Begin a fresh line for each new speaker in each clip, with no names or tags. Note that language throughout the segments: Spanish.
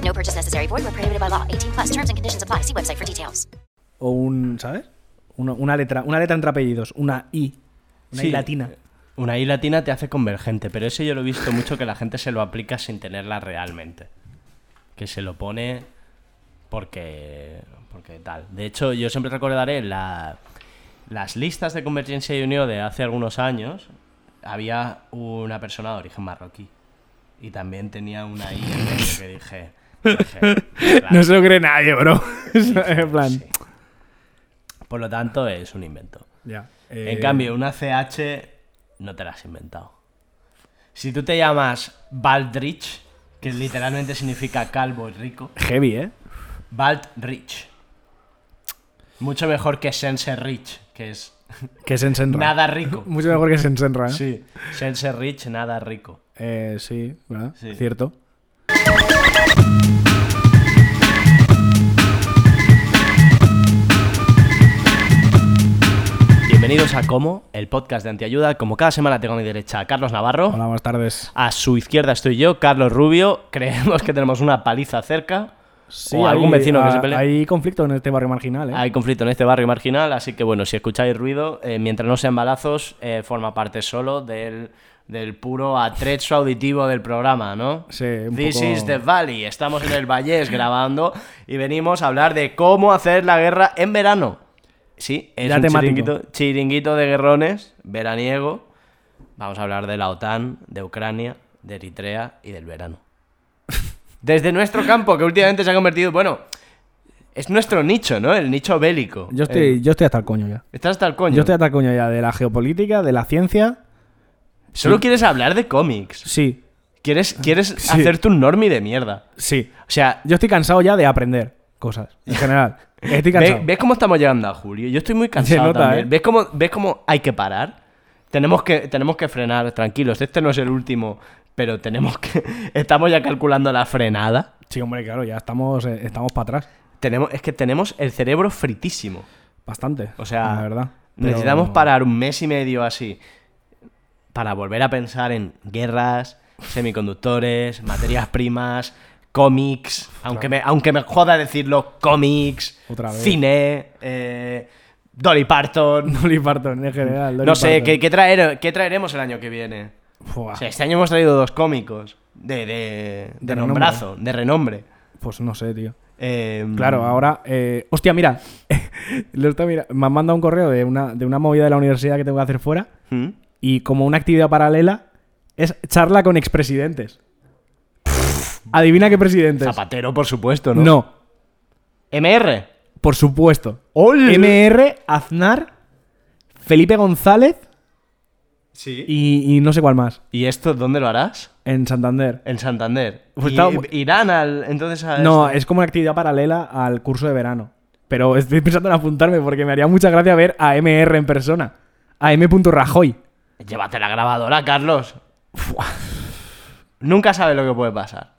No purchase necessary. Void where prohibited by law. 18 plus terms and conditions apply. See website for details.
O un, ¿sabes? Una, una letra, una letra entre apellidos, una I, una
Sí.
I latina.
Una I latina te hace convergente, pero eso yo lo he visto mucho que la gente se lo aplica sin tenerla realmente. Que se lo pone porque. porque tal. De hecho, yo siempre recordaré la- las listas de convergencia y unión de hace algunos años. Había una persona de origen marroquí. Y también tenía una I en medio que dije. dije, claro,
No se lo cree nadie, bro. en plan.
Ah. sí. Por lo tanto, es un invento.
Ya.
En
Eh,
cambio, una CH no te la has inventado. Si tú te llamas Baldrich, que literalmente significa calvo y rico,
Heavy, ¿eh?
Baldrich. Mucho mejor que Sense Rich, que es
Que se ensenra.
nada rico.
Mucho mejor que se ensenra, ¿eh?
Sí, Sense Rich, nada rico.
Eh, sí, ¿verdad?
Sí.
Cierto.
Bienvenidos a Como, el podcast de Antiayuda. Como cada semana tengo a mi derecha a Carlos Navarro.
Hola, buenas tardes.
A su izquierda estoy yo, Carlos Rubio. Creemos que tenemos una paliza cerca.
Sí,
o algún
hay-
vecino que se
ah,
pelea.
Hay conflicto en este barrio marginal, ¿eh?
Hay conflicto en este barrio marginal, así que bueno, si escucháis ruido, eh, mientras no sean balazos, eh, forma parte solo del, del puro atrecho auditivo del programa, ¿no?
Sí, un
This
poco-
is the Valley, estamos en el Vallés grabando y venimos a hablar de cómo hacer la guerra en verano. Sí, es
Ya
un
temático.
chiringuito, chiringuito de guerrones, veraniego. Vamos a hablar de la OTAN, de Ucrania, de Eritrea y del verano. Desde nuestro campo, que últimamente se ha convertido, bueno, es nuestro nicho, ¿no? El nicho bélico.
Yo, estoy,
Eh,
yo estoy hasta el coño ya.
estás hasta el coño.
Yo estoy hasta el coño ya de la geopolítica, de la ciencia.
Solo quieres hablar de cómics.
Sí,
Quieres, quieres hacerte un normie de mierda.
sí.
O sea,
Yo estoy cansado ya de aprender cosas, en general. Estoy
ve-
cansado.
¿ves cómo estamos llegando a julio? Yo estoy muy cansado
nota,
también.
¿eh?
¿Ves, cómo, ¿Ves cómo hay que parar? Tenemos que, tenemos que frenar, tranquilos. Este no es el último, pero tenemos que... Estamos ya calculando la frenada.
Sí, hombre, claro, ya estamos, eh, estamos para atrás.
Tenemos, es que tenemos el cerebro fritísimo.
Bastante.
O sea,
la verdad. Pero-
necesitamos parar un mes y medio así para volver a pensar en guerras, semiconductores, materias primas, cómics, aunque me, aunque me joda decirlo, cómics,
Otra vez.
cine, eh, Dolly Parton.
Dolly Parton en general. Dolly
no sé,
Parton.
¿qué, qué traer- qué traeremos el año que viene?
Fua,
O sea, este año hemos traído dos cómicos de, de, de
De
nombrazo, de renombre.
Pues no sé, tío.
Eh,
Claro, ahora. eh, hostia, mira. lo está mira- Me han mandado un correo de una, de una movida de la universidad que tengo que hacer fuera.
¿hmm?
Y como una actividad paralela, es charla con expresidentes. Adivina qué presidentes.
Zapatero, por supuesto, ¿no?
no.
MR.
por supuesto.
¡Ole!
MR, Aznar, Felipe González
Sí.
y, y no sé cuál más.
¿Y esto dónde lo harás?
En Santander.
En Santander.
Pues
Y-
estaba-
Irán al. Entonces a
No,
esto.
es como una actividad paralela al curso de verano. Pero estoy pensando en apuntarme porque me haría mucha gracia ver a MR en persona. A M. Rajoy.
Llévate la grabadora, Carlos. Nunca sabes lo que puede pasar.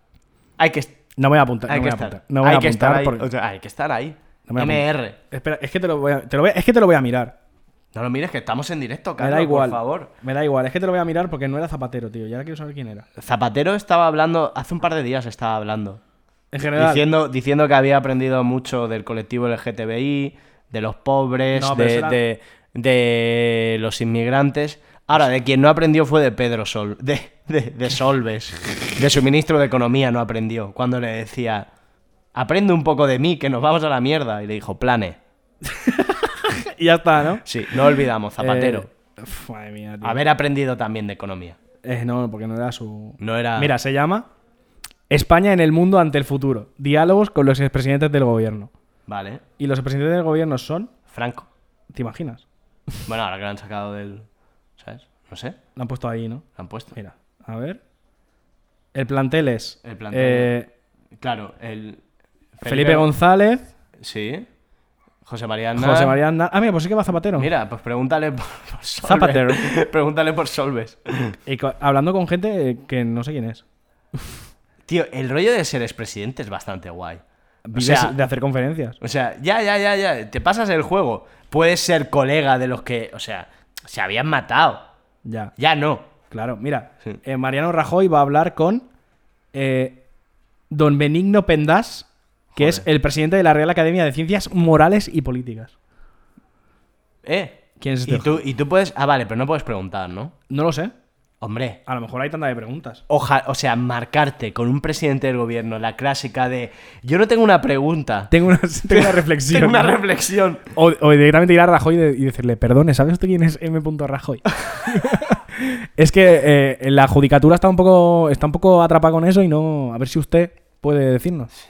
Hay que,
No me voy a apuntar.
hay
no
que
me voy a
estar.
apuntar. No voy
hay
a
que
apuntar
estar ahí.
porque-
O sea, hay que estar ahí.
No me voy a
MR.
Espera, es que te lo voy a, te lo voy a- es que te lo voy a mirar.
No lo mires, que estamos en directo,
Me
Carlos.
da igual.
Por favor.
Me da igual. Es que te lo voy a mirar porque no era Zapatero, tío. Y ahora quiero saber quién era.
Zapatero estaba hablando. Hace un par de días estaba hablando.
En general.
Diciendo, diciendo que había aprendido mucho del colectivo LGTBI, de los pobres,
No, pero
de,
eso era-
de- de los inmigrantes. Ahora, de quien no aprendió fue de Pedro Sol, de, de- de Solves, de su ministro de Economía no aprendió, cuando le decía, aprende un poco de mí, que nos vamos a la mierda. Y le dijo, plane.
Y ya está, ¿no?
Sí, no olvidamos, Zapatero.
Eh, uf, madre mía, tío.
Haber aprendido también de economía.
Eh, no, porque no era su.
No era...
Mira, se llama España en el mundo ante el futuro. Diálogos con los expresidentes del gobierno.
Vale,
Y los expresidentes del gobierno son.
Franco.
¿Te imaginas?
Bueno, ahora que lo han sacado del... ¿Sabes? No sé, lo
Lo han puesto ahí, ¿no?
han puesto.
Mira, a ver. El plantel es.
El plantel.
eh,
Claro, el...
Felipe González,
Sí. José María Aznar.
José María Aznar. Ah, mira, pues sí que va Zapatero.
Mira, pues pregúntale por, por Solves.
Zapatero.
pregúntale por Solves.
Y co- hablando con gente eh, que no sé quién es.
Tío, el rollo de ser expresidente es bastante guay. O
Vives
sea,
de hacer conferencias.
o sea, ya, ya, ya, ya. Te pasas el juego. Puedes ser colega de los que. O sea, se habían matado.
Ya.
Ya no.
Claro, mira.
Sí.
eh, Mariano Rajoy va a hablar con eh, don Benigno Pendás, que es el presidente de la Real Academia de Ciencias Morales y Políticas.
¿Eh?
¿Quién es este
y tú, y tú puedes. Ah, vale, pero no puedes preguntar, ¿no?
No lo sé.
Hombre.
A lo mejor hay tanda de preguntas.
Oja, o sea, marcarte con un presidente del gobierno, la clásica de. Yo no tengo una pregunta.
Tengo una, tengo una reflexión.
Tengo una reflexión.
o, o directamente ir a Rajoy de- y decirle, perdone, ¿sabes usted quién es M. Rajoy? es que eh, la judicatura está un poco está un poco atrapada con eso y no... A ver si usted puede decirnos.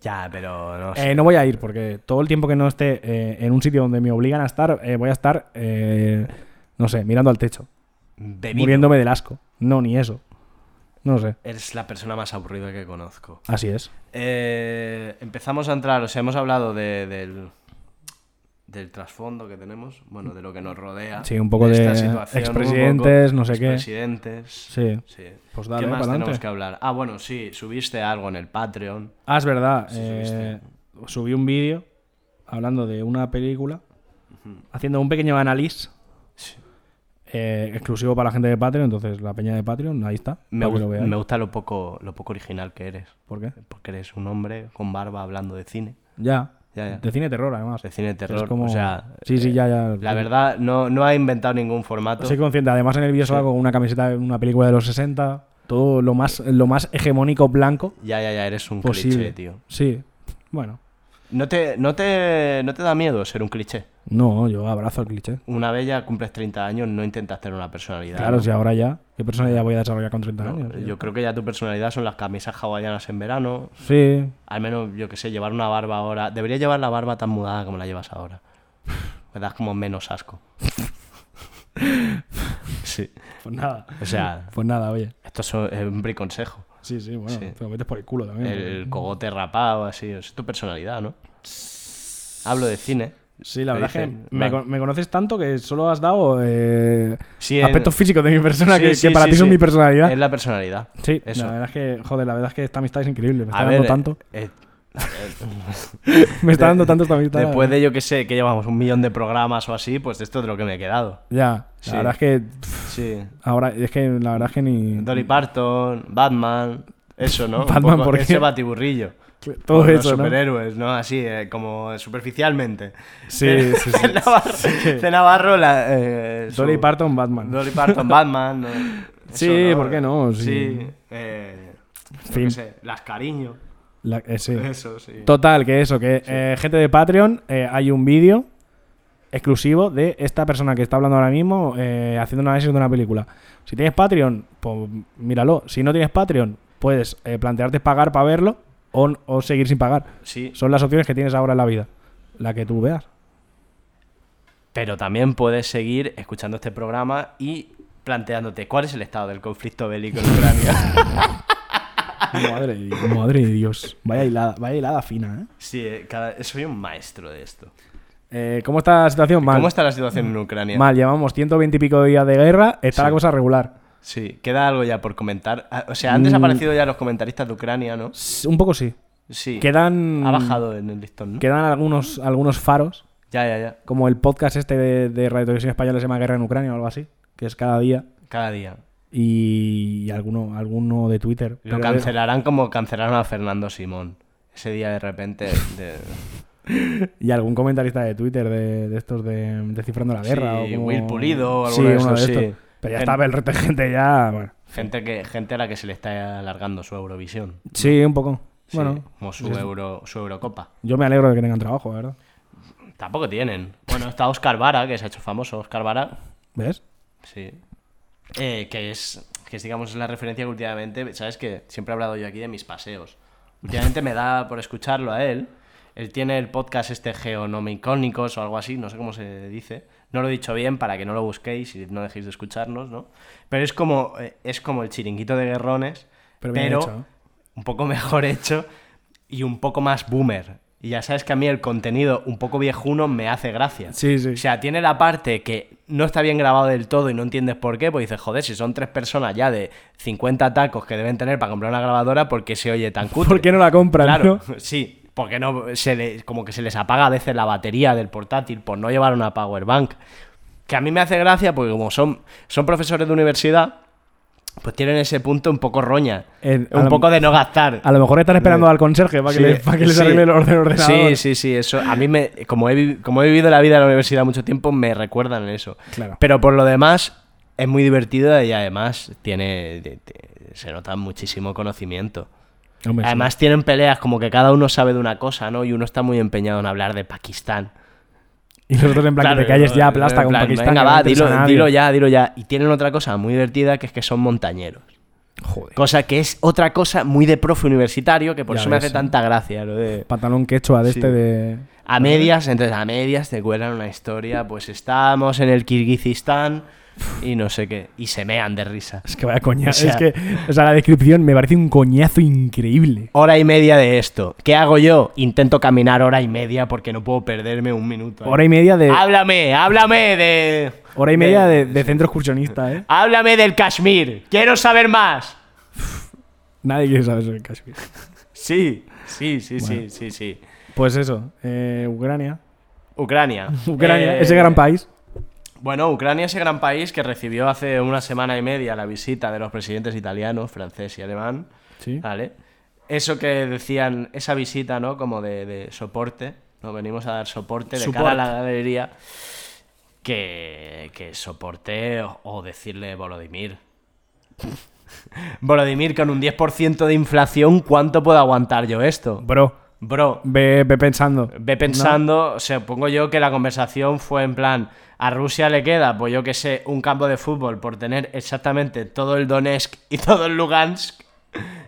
Ya, pero no sé.
Eh, no voy a ir porque todo el tiempo que no esté eh, en un sitio donde me obligan a estar, eh, voy a estar, eh, no sé, mirando al techo,
Bebido.
muriéndome del asco. No, ni eso. No sé.
Eres la persona más aburrida que conozco.
Así es.
Eh, empezamos a entrar, o sea, hemos hablado de- del, del trasfondo que tenemos, bueno, de lo que nos rodea.
Sí, un poco de expresidentes, no sé qué.
Expresidentes.
Sí. Pues dale,
¿Qué más
pa'lante.
tenemos que hablar? Ah, bueno, sí, subiste algo en el Patreon.
Ah, es verdad. eh,
subiste.
subí un vídeo hablando de una película, haciendo un pequeño análisis eh, exclusivo para la gente de Patreon. Entonces, la peña de Patreon, ahí está.
Me,
para que
gu-
lo veáis.
me gusta lo poco, lo poco original que eres,
¿Por qué?
porque eres un hombre con barba hablando de cine.
Ya.
Ya, ya.
De cine terror, además.
De cine de
Es
terror, o
como-
sea, eh,
Sí, sí, ya, ya.
La verdad, no, no ha inventado ningún formato.
Soy consciente. Además, en el vídeo salgo con una camiseta de una película de los 60. Todo lo más, lo más hegemónico blanco
Ya, ya, ya, eres un
posible.
cliché, tío.
Sí. Bueno.
¿No te, no, te, ¿No te da miedo ser un cliché?
No, yo abrazo el cliché.
Una vez ya cumples 30 años, no intentas tener una personalidad.
Claro,
¿no?
si ahora ya. ¿Qué personalidad voy a desarrollar con 30
No,
años? tío?
Yo creo que ya tu personalidad son las camisas hawaianas en verano.
Sí,
Al menos, yo que sé, llevar una barba ahora. Debería llevar la barba tan mudada como la llevas ahora. Me das como menos asco. sí.
pues nada.
O sea,
Pues nada, oye.
esto es un- es un briconsejo.
Sí, sí, bueno,
Sí.
te lo metes por el culo también.
El cogote rapado, así. Es tu personalidad, ¿no? Hablo de cine.
Sí, la
Te
verdad es que
dicen,
me,
vale.
con- me conoces tanto que solo has dado eh,
Sí, en-
aspectos físicos de mi persona
Sí,
que,
sí,
que para
sí,
ti son
sí.
mi personalidad.
Es la personalidad.
Sí,
eso.
la verdad es que, joder, la verdad es que esta amistad es increíble. Me está
A
dando
ver,
tanto.
eh,
Me está
de-
dando tanto esta amistad. la
Después
verdad.
de yo que sé, que llevamos un millón de programas o así, pues esto es de lo que me he quedado.
Ya,
Sí.
la verdad es que. pff,
Sí.
Ahora, es que la verdad es que ni.
Dolly Parton, Batman, eso, ¿no? Un
Mm. Batman,
poco
¿por qué?
Ese batiburrillo.
Todo
Con
eso,
Los
¿no?
superhéroes, ¿no? Así, eh, como superficialmente.
Sí, sí, sí.
C. Navarro, C. Navarro, la, eh, su-
Dolly Parton, Batman.
Dolly Parton, Batman. ¿no?
Sí, ¿por qué no? Sí.
Sí. eh, yo
Fin.
qué sé, las cariño.
La- eh, sí.
Eso, sí.
Total, que eso, que eh, gente de Patreon, eh, hay un vídeo exclusivo de esta persona que está hablando ahora mismo eh, haciendo un análisis de una película. Si tienes Patreon, pues míralo. Si no tienes Patreon, puedes eh, plantearte pagar para verlo o, o seguir sin pagar.
Sí.
Son las opciones que tienes ahora en la vida. La que tú veas.
Pero también puedes seguir escuchando este programa y planteándote cuál es el estado del conflicto bélico en Ucrania.
Madre, de- madre de Dios. Vaya hilada, vaya hilada fina, ¿eh?
sí, eh, cada- soy un maestro de esto.
Eh, cómo está la situación? Mal.
¿Cómo está la situación en Ucrania?
Mal, llevamos 120 y pico de días de guerra. Está
Sí.
la cosa regular.
Sí, queda algo ya por comentar. Ah, O sea, han
Mm.
desaparecido ya los comentaristas de Ucrania, ¿no?
S- Un poco sí.
Sí.
Quedan.
Ha bajado en el listón, ¿no?
Quedan algunos, algunos faros,
Ya, ya, ya.
como el podcast este de, de Radio Televisión Española que se llama Guerra en Ucrania o algo así, que es cada día,
Cada día.
y, alguno, alguno de Twitter.
Lo
Pero-
cancelarán como cancelaron a Fernando Simón. Ese día de repente. de-
Y algún comentarista de Twitter de, de estos de Descifrando la Guerra.
Sí,
o como-
Will Pulido o
sí,
alguno de
uno
estos, sí.
Pero ya
Gen-
está, el resto de gente ya. bueno.
Gente, que, gente a la que se le está alargando su Eurovisión.
Sí, un poco.
Sí,
Bueno,
como su, euro, su Eurocopa.
yo me alegro de que tengan trabajo, la ¿verdad?
Tampoco tienen. Bueno, está Oscar Vara, que se ha hecho famoso. Oscar Vara,
¿Ves?
sí. Eh, que es, que es, digamos, la referencia que últimamente, ¿sabes? Que siempre he hablado yo aquí de mis paseos. Últimamente me da por escucharlo a él. Él tiene el podcast este Geonomicónicos o algo así, no sé cómo se dice. No lo he dicho bien para que no lo busquéis y no dejéis de escucharnos, ¿no? Pero es como, eh, es como el chiringuito de guerrones,
Pero
pero,
bien hecho, ¿eh?
un poco mejor hecho y un poco más boomer. Y Y ya sabes que a mí el contenido un poco viejuno me hace gracia.
Sí, sí.
O sea, tiene la parte que no está bien grabado del todo y no entiendes por qué, pues dices, joder, si son tres personas ya de 50 tacos que deben tener para comprar una grabadora, ¿por qué se oye tan cutre?
¿Por qué no la compran?
Claro,
no?
sí, porque no se le- como que se les apaga a veces la batería del portátil por no llevar una power bank. Que a mí me hace gracia porque como son son profesores de universidad, pues tienen ese punto un poco roña,
El- a
un
lo-
poco de no gastar.
A lo mejor están esperando al conserje para que,
Sí,
le- para que les
sí.
arregle el orden- ordenador.
Sí, sí, sí, eso. A mí, me, como, he, vi- como he vivido la vida en la universidad mucho tiempo, me recuerdan eso.
Claro.
Pero por lo demás, es muy divertida y además tiene, te- te- se nota muchísimo conocimiento.
Hombre, sí.
Además tienen peleas como que cada uno sabe de una cosa, ¿no? Y uno está muy empeñado en hablar de Pakistán.
Y nosotros en plan que te calles ya, aplasta
en
con
plan,
Pakistán.
Venga,
que no
va,
interesa a
dilo,
nadie.
dilo ya, dilo ya. Y tienen otra cosa muy divertida que es que son montañeros.
Joder.
Cosa que es otra cosa muy de profe universitario que por
Ya
eso me
ves,
hace
¿eh?
tanta gracia lo de...
Pantalón quechua de este de.
A medias, entonces a medias te cuelan una historia, pues estamos en el Kirguistán y no sé qué, y se mean de risa.
Es que vaya coñazo.
O sea-
es que, o sea, la descripción me parece un coñazo increíble.
Hora y media de esto. ¿Qué hago yo? Intento caminar hora y media porque no puedo perderme un minuto. ¿eh?
Hora y media de.
Háblame, háblame de...
Hora y media de, de centro excursionista, ¿eh?
Háblame del Kashmir. Quiero saber más.
Nadie quiere saber sobre el Kashmir.
Sí, sí, sí,
Bueno.
sí, sí, sí.
Pues eso, eh, Ucrania.
Ucrania.
Ucrania,
Eh,
ese gran país.
Bueno, Ucrania es ese gran país que recibió hace una semana y media la visita de los presidentes italianos, francés y alemán.
Sí.
Vale. Eso que decían, esa visita, ¿no? Como de, de soporte. Nos venimos a dar soporte de cara a la galería. Que, que soporte o, o decirle Volodymyr. Volodymyr, con un 10% de inflación, ¿cuánto puedo aguantar yo esto?
Bro,
Bro,
ve, ve pensando.
Ve pensando, o sea, pongo yo que la conversación fue en plan, a Rusia le queda, pues yo que sé, un campo de fútbol por tener exactamente todo el Donetsk y todo el Lugansk.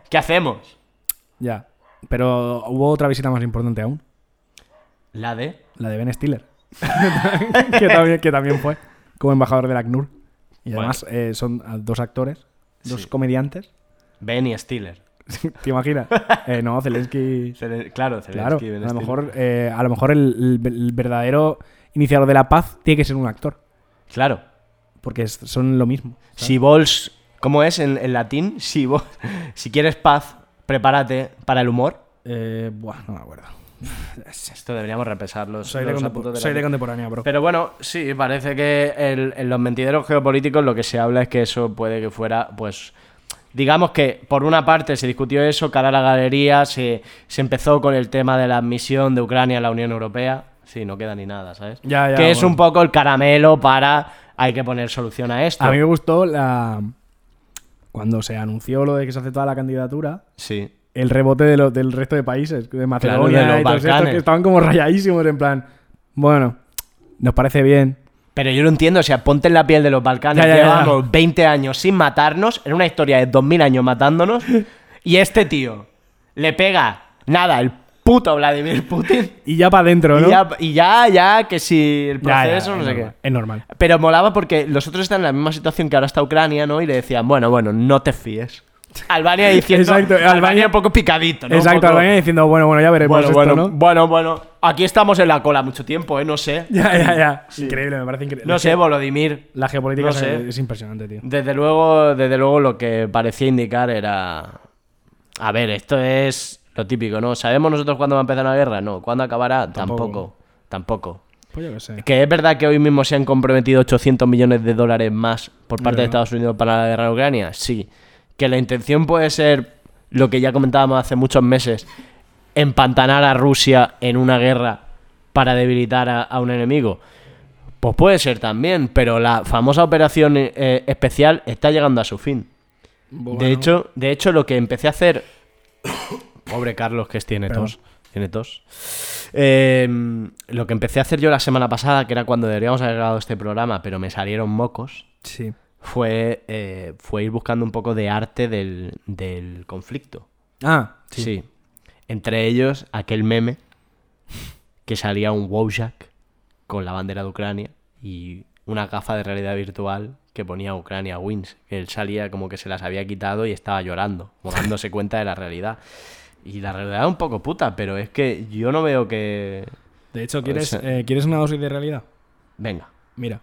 ¿Qué hacemos?
Ya. Pero hubo otra visita más importante aún.
La de...
La de Ben Stiller. que, también, que también fue como embajador del ACNUR. Y
Bueno.
además eh, son a- dos actores, dos
Sí.
comediantes.
Ben y Stiller.
¿Te imaginas? Eh, no, Zelensky.
Zele- Claro, Zelensky,
Claro,
Ben
a lo
Stiller.
mejor, eh, a lo mejor el, el- el verdadero iniciador de la paz tiene que ser un actor.
Claro.
Porque es- son lo mismo. ¿sabes?
Si vols... ¿Cómo es en, en latín? Si, vols- si quieres paz, prepárate para el humor.
Eh, buah, no me acuerdo.
Esto deberíamos repensarlo.
Soy, de,
los
contem-
apuntos la
soy de
lista.
contemporánea, bro.
Pero bueno, sí, parece que el- en los mentideros geopolíticos lo que se habla es que eso puede que fuera, pues. Digamos que por una parte se discutió eso, cara a la galería, se, se empezó con el tema de la admisión de Ucrania a la Unión Europea. Sí, no queda ni nada, ¿sabes?
Ya, ya,
que es
bueno.
un poco el caramelo para. Hay que poner solución a esto.
a mí me gustó la. Cuando se anunció lo de que se aceptaba la candidatura,
Sí.
el rebote de lo- del resto de países, de Macedonia
de los
y todos estos,
Balcanes.
que estaban como rayadísimos en plan, bueno, nos parece bien.
Pero yo lo entiendo, o sea, ponte en la piel de los Balcanes,
Ya, ya, ya.
llevamos 20 años sin matarnos, en una historia de 2000 años matándonos, y este tío le pega, nada, el puto Vladimir Putin,
Y ya para adentro, ¿no?
y, ya, y ya, ya, que si el
Ya, ya,
proceso, no
es
sé
normal,
qué.
Es normal.
Pero molaba porque los otros están en la misma situación que ahora está Ucrania, ¿no? Y le decían, bueno, bueno, no te fíes. Albania diciendo,
Exacto,
Albania,
Albania-
un poco picadito, ¿no? Un
Exacto,
poco-
Albania diciendo, bueno, bueno, ya veremos
Bueno,
esto,
bueno,
¿no?
bueno, bueno, aquí estamos en la cola mucho tiempo, ¿eh? No sé.
Ya, ya, ya. Increíble, me parece increíble.
No sé, Volodymyr.
La geopolítica
No
es-
sé.
es impresionante, tío.
Desde luego, desde luego lo que parecía indicar era... A ver, esto es lo típico, ¿no? ¿Sabemos nosotros cuándo va a empezar una guerra? No. ¿Cuándo acabará?
Tampoco.
Tampoco. Tampoco.
Pues yo qué sé.
Que es verdad que hoy mismo se han comprometido 800 millones de dólares más por parte de
Ya.
Estados Unidos para la guerra de Ucrania. Sí. Que la intención puede ser lo que ya comentábamos hace muchos meses, empantanar a Rusia en una guerra para debilitar a, a un enemigo. Pues puede ser también, pero la famosa operación eh, especial está llegando a su fin.
Bueno,
De hecho, de hecho, lo que empecé a hacer. Pobre Carlos, que tiene
Perdón.
tos. Tiene tos. Eh, lo que empecé a hacer yo la semana pasada, que era cuando deberíamos haber grabado este programa, pero me salieron mocos,
Sí.
fue, eh, fue ir buscando un poco de arte del, del conflicto.
Ah,
Sí.
sí.
Entre ellos, aquel meme que salía un Wojak con la bandera de Ucrania y una gafa de realidad virtual que ponía Ucrania wins. Él salía como que se las había quitado y estaba llorando, como dándose cuenta de la realidad. Y la realidad es un poco puta, pero es que yo no veo que.
De hecho, ¿quieres,
Pues,
eh, ¿quieres una dosis de realidad?
Venga.
Mira,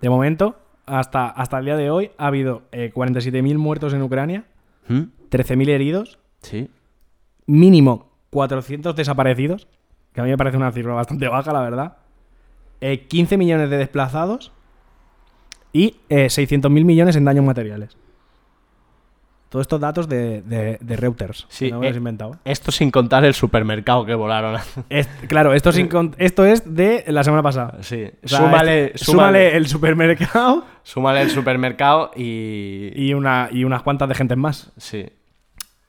de momento, hasta, hasta el día de hoy, ha habido eh, 47.000 muertos en Ucrania,
¿Mm?
13.000 heridos,
Sí.
mínimo 400 desaparecidos, que a mí me parece una cifra bastante baja, la verdad. eh, 15 millones de desplazados y eh, 600.000 millones en daños materiales. Todos estos datos de, de- de Reuters.
Sí,
que no me los
eh,
he inventado.
Esto sin contar el supermercado que volaron.
Es- claro, esto, sin con- esto es de la semana pasada.
sí.
O sea,
súmale,
este- súmale
súmale,
el supermercado
súmale el supermercado y.
y, una, y unas cuantas de gentes más.
Sí.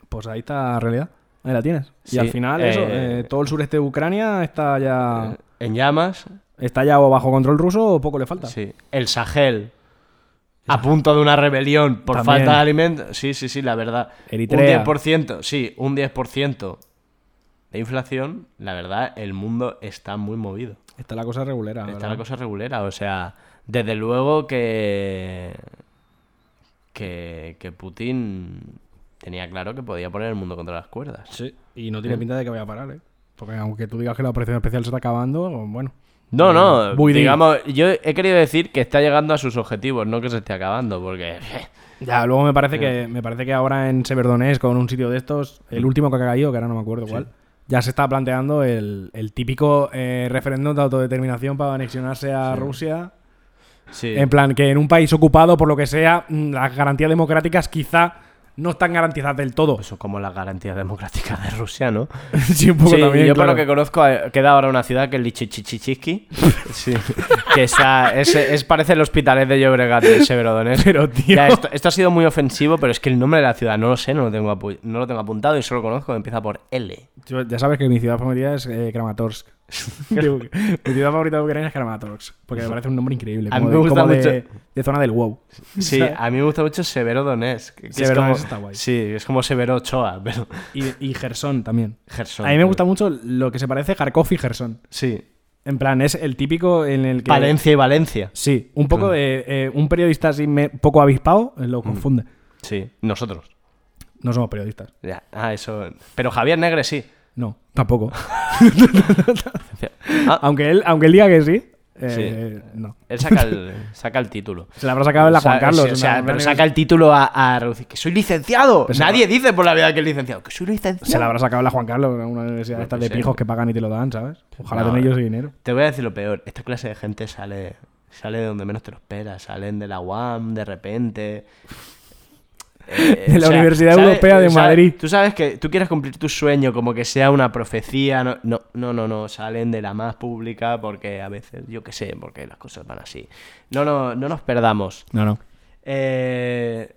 Pues ahí está la realidad. Ahí la tienes.
Sí,
y al final, eso,
eh,
eh, todo el sureste de Ucrania está ya.
En llamas.
Está ya o bajo control ruso o poco le falta.
Sí. El Sahel. A punto de una rebelión por
También.
falta de alimentos. Sí, sí, sí, la verdad.
Eritrea.
Un 10%, sí, un 10% de inflación. La verdad, el mundo está muy movido.
Está la cosa regulera.
Está
¿verdad?
la cosa regulera, o sea, desde luego que, que que Putin tenía claro que podía poner el mundo contra las cuerdas.
Sí, y no tiene
Mm.
pinta de que vaya a parar, ¿eh? Porque aunque tú digas que la operación especial se está acabando, pues bueno.
No, no,
Buidí.
digamos, yo he querido decir que está llegando a sus objetivos, no que se esté acabando, porque
Ya, luego me parece que me parece que ahora en Severdonés, con un sitio de estos, el último que ha caído, que ahora no me acuerdo cuál, ya se está planteando el, el típico eh, referéndum de autodeterminación para anexionarse a Rusia.
sí,
En plan, que en un país ocupado, por lo que sea, mm, las garantías democráticas quizá no están garantizadas del todo.
eso pues, como las garantías democráticas de Rusia, ¿no?
sí, un poco
Sí,
también,
yo
claro.
por lo que conozco eh, queda ahora una ciudad que es Lichichichichiski, sí, que está, es, es- parece el hospitalet de Llobregat de Severodonetsk.
Pero, tío.
Ya, esto, esto ha sido muy ofensivo, pero es que el nombre de la ciudad no lo sé, no lo tengo, apu- no lo tengo apuntado y solo conozco que empieza por L.
Yo- ya sabes que mi ciudad favorita es eh, Kramatorsk. Digo, mi ciudad favorita de Ucrania es Kramatorsk. Porque me parece un nombre increíble.
A
Como,
mí me
de,
gusta
como de-
mucho.
de zona del wow.
Sí,
¿Sabes?
a mí me gusta mucho Severo Donetsk. que es
Severodonetsk
como-
está guay.
Sí, es como Severo Ochoa, pero
Y, y Gerson también.
Gerson.
a mí me gusta mucho lo que se parece Kharkov y Gerson.
Sí,
En plan, es el típico en el que.
Valencia y Valencia.
Sí, un poco de. eh, un periodista así me- poco avispado eh,
Mm.
lo confunde.
Sí, nosotros.
No somos periodistas.
Ya, Ah, eso. Pero Javier Negre sí.
No, tampoco.
Ah,
aunque, él, aunque él diga que sí, eh, no.
él saca el, saca el título.
Se la habrá sacado en la
O sea,
Juan Carlos.
sí, o sea,
una- una
pero
universidad-
saca el título a, a reducir. ¡Que soy licenciado!
Pero se
Nadie dice por la vida que es licenciado. ¡Que soy licenciado!
Se la habrá sacado la Juan Carlos en una universidad de estas
que
de
sé.
pijos que pagan y te lo dan, ¿sabes? Ojalá
No, eh.
tengan
no.
ellos ese dinero.
Te voy a decir lo peor, esta clase de gente sale, sale de donde menos te lo esperas, salen de la UAM de repente. Eh,
De la Universidad Europea de
sabe-
Madrid.
Tú sabes que tú quieres cumplir tu sueño como que sea una profecía, no, no, no, no, no, salen de la más pública porque a veces, yo qué sé, porque las cosas van así. No, no, no nos perdamos.
No, no.
Eh,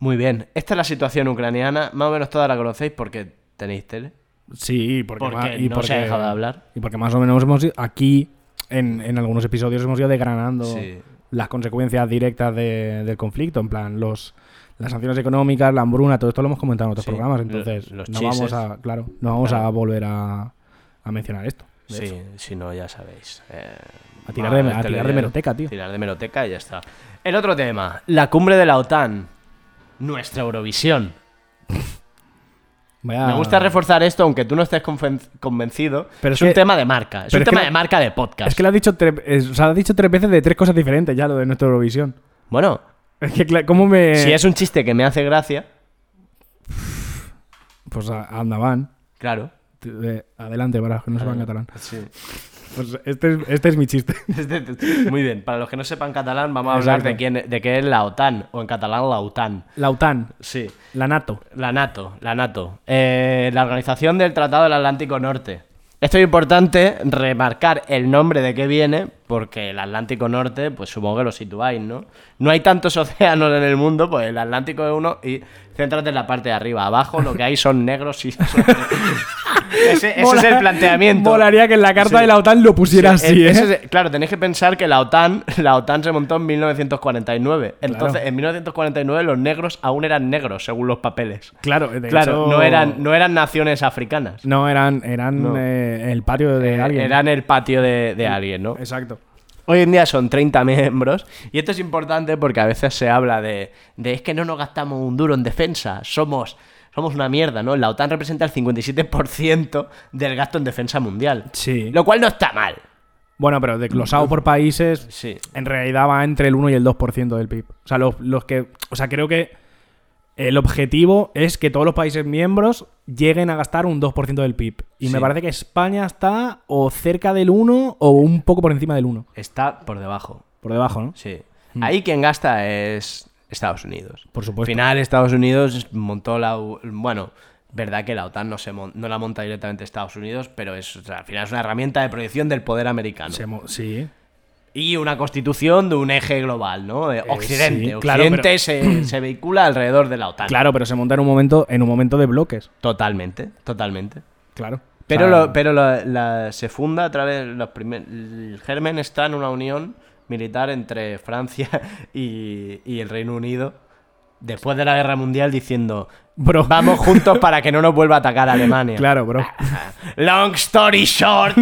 muy bien, esta es la situación ucraniana, más o menos toda la conocéis porque tenéis tele.
Sí, porque,
Porque
ma- y
no se
porque
ha dejado de hablar.
Y porque más o menos hemos ido aquí, en, en algunos episodios, hemos ido degranando
Sí.
las consecuencias directas de- del conflicto. En plan, los las sanciones económicas, la hambruna, todo esto lo hemos comentado en otros
Sí,
programas.
lo-
Entonces,
los
no
chises.
vamos a, claro, no vamos a volver a, a mencionar esto. de hecho.
Sí, si no, ya sabéis. Eh,
A tirar de-
va,
a
te lo
tirar de
diré.
meroteca, tío.
Tirar de meroteca y ya está. El otro tema, la cumbre de la OTAN. Nuestra Eurovisión.
Vaya- Ah.
Me gusta reforzar esto, aunque tú no estés conven- convencido.
Pero
es
es
un
que-
tema de marca. Es
pero
un
es que
tema
no-
de marca de podcast.
Es que lo has dicho, tres- eh, o sea, has dicho tres veces de tres cosas diferentes ya lo de nuestra Eurovisión.
Bueno,
Es que, cla- ¿cómo me...?
si es un chiste que me hace gracia,
Pues a- anda, van.
claro.
Te- de- Adelante, para los que no sepan catalán.
Sí.
Pues este es, este es mi chiste.
Muy bien, para los que no sepan catalán, vamos a hablar
Exacto.
de, quién, de qué es la OTAN, o en catalán la OTAN.
La OTAN,
Sí.
la NATO.
La NATO, la NATO. Eh, la Organización del Tratado del Atlántico Norte. Esto es importante remarcar el nombre de qué viene, porque el Atlántico Norte, pues supongo que lo situáis, ¿no? No hay tantos océanos en el mundo, pues el Atlántico es uno y céntrate en la parte de arriba. Abajo lo que hay son negros y... ese ese es el
Mola-
planteamiento.
Molaría que en la carta
Sí.
de la OTAN lo pusiera
Sí,
así,
el-
¿eh?
ese es- claro, tenéis que pensar que la OTAN, la OTAN se montó en 1949. Entonces,
Claro.
en 1949 los negros aún eran negros, según los papeles.
Claro, de
Claro,
hecho,
no eran, no eran naciones africanas.
No, eran, eran
No.
eh, el patio de alguien.
Eran el patio de, de alguien, ¿no?
Exacto.
Hoy en día son 30 miembros y esto es importante porque a veces se habla de, de es que no nos gastamos un duro en defensa, somos somos una mierda, ¿no? La OTAN representa el 57% del gasto en defensa mundial.
Sí.
Lo cual no está mal.
Bueno, pero
Mm.
desglosado por países,
Sí.
en realidad va entre el 1 y el 2% del PIB. O sea, los, los que. O sea, creo que el objetivo es que todos los países miembros lleguen a gastar un 2% del PIB. Y me
Sí.
parece que España está o cerca del 1 o un poco por encima del 1.
Está por debajo.
Por debajo, ¿no?
Sí. Ahí quien gasta es Estados Unidos.
Mm. Por supuesto.
Al final, Estados Unidos montó la. U- Bueno, verdad que la OTAN no, se mon- no la monta directamente Estados Unidos, pero es, o sea, al final es una herramienta de proyección del poder americano.
Se mo- sí.
Y una constitución de un eje global, ¿no? Eh, Occidente.
sí, claro,
Occidente
pero-
se, se vehicula alrededor de la OTAN.
Claro, pero se monta en un momento, en un momento de bloques.
Totalmente, totalmente.
Claro.
Pero,
O sea,
lo- pero la- la- se funda a través los primer- el germen está en una unión militar entre Francia y, y el Reino Unido después de la Guerra Mundial diciendo
Bro.
vamos juntos para que no nos vuelva a atacar Alemania.
Claro, bro.
Long story short.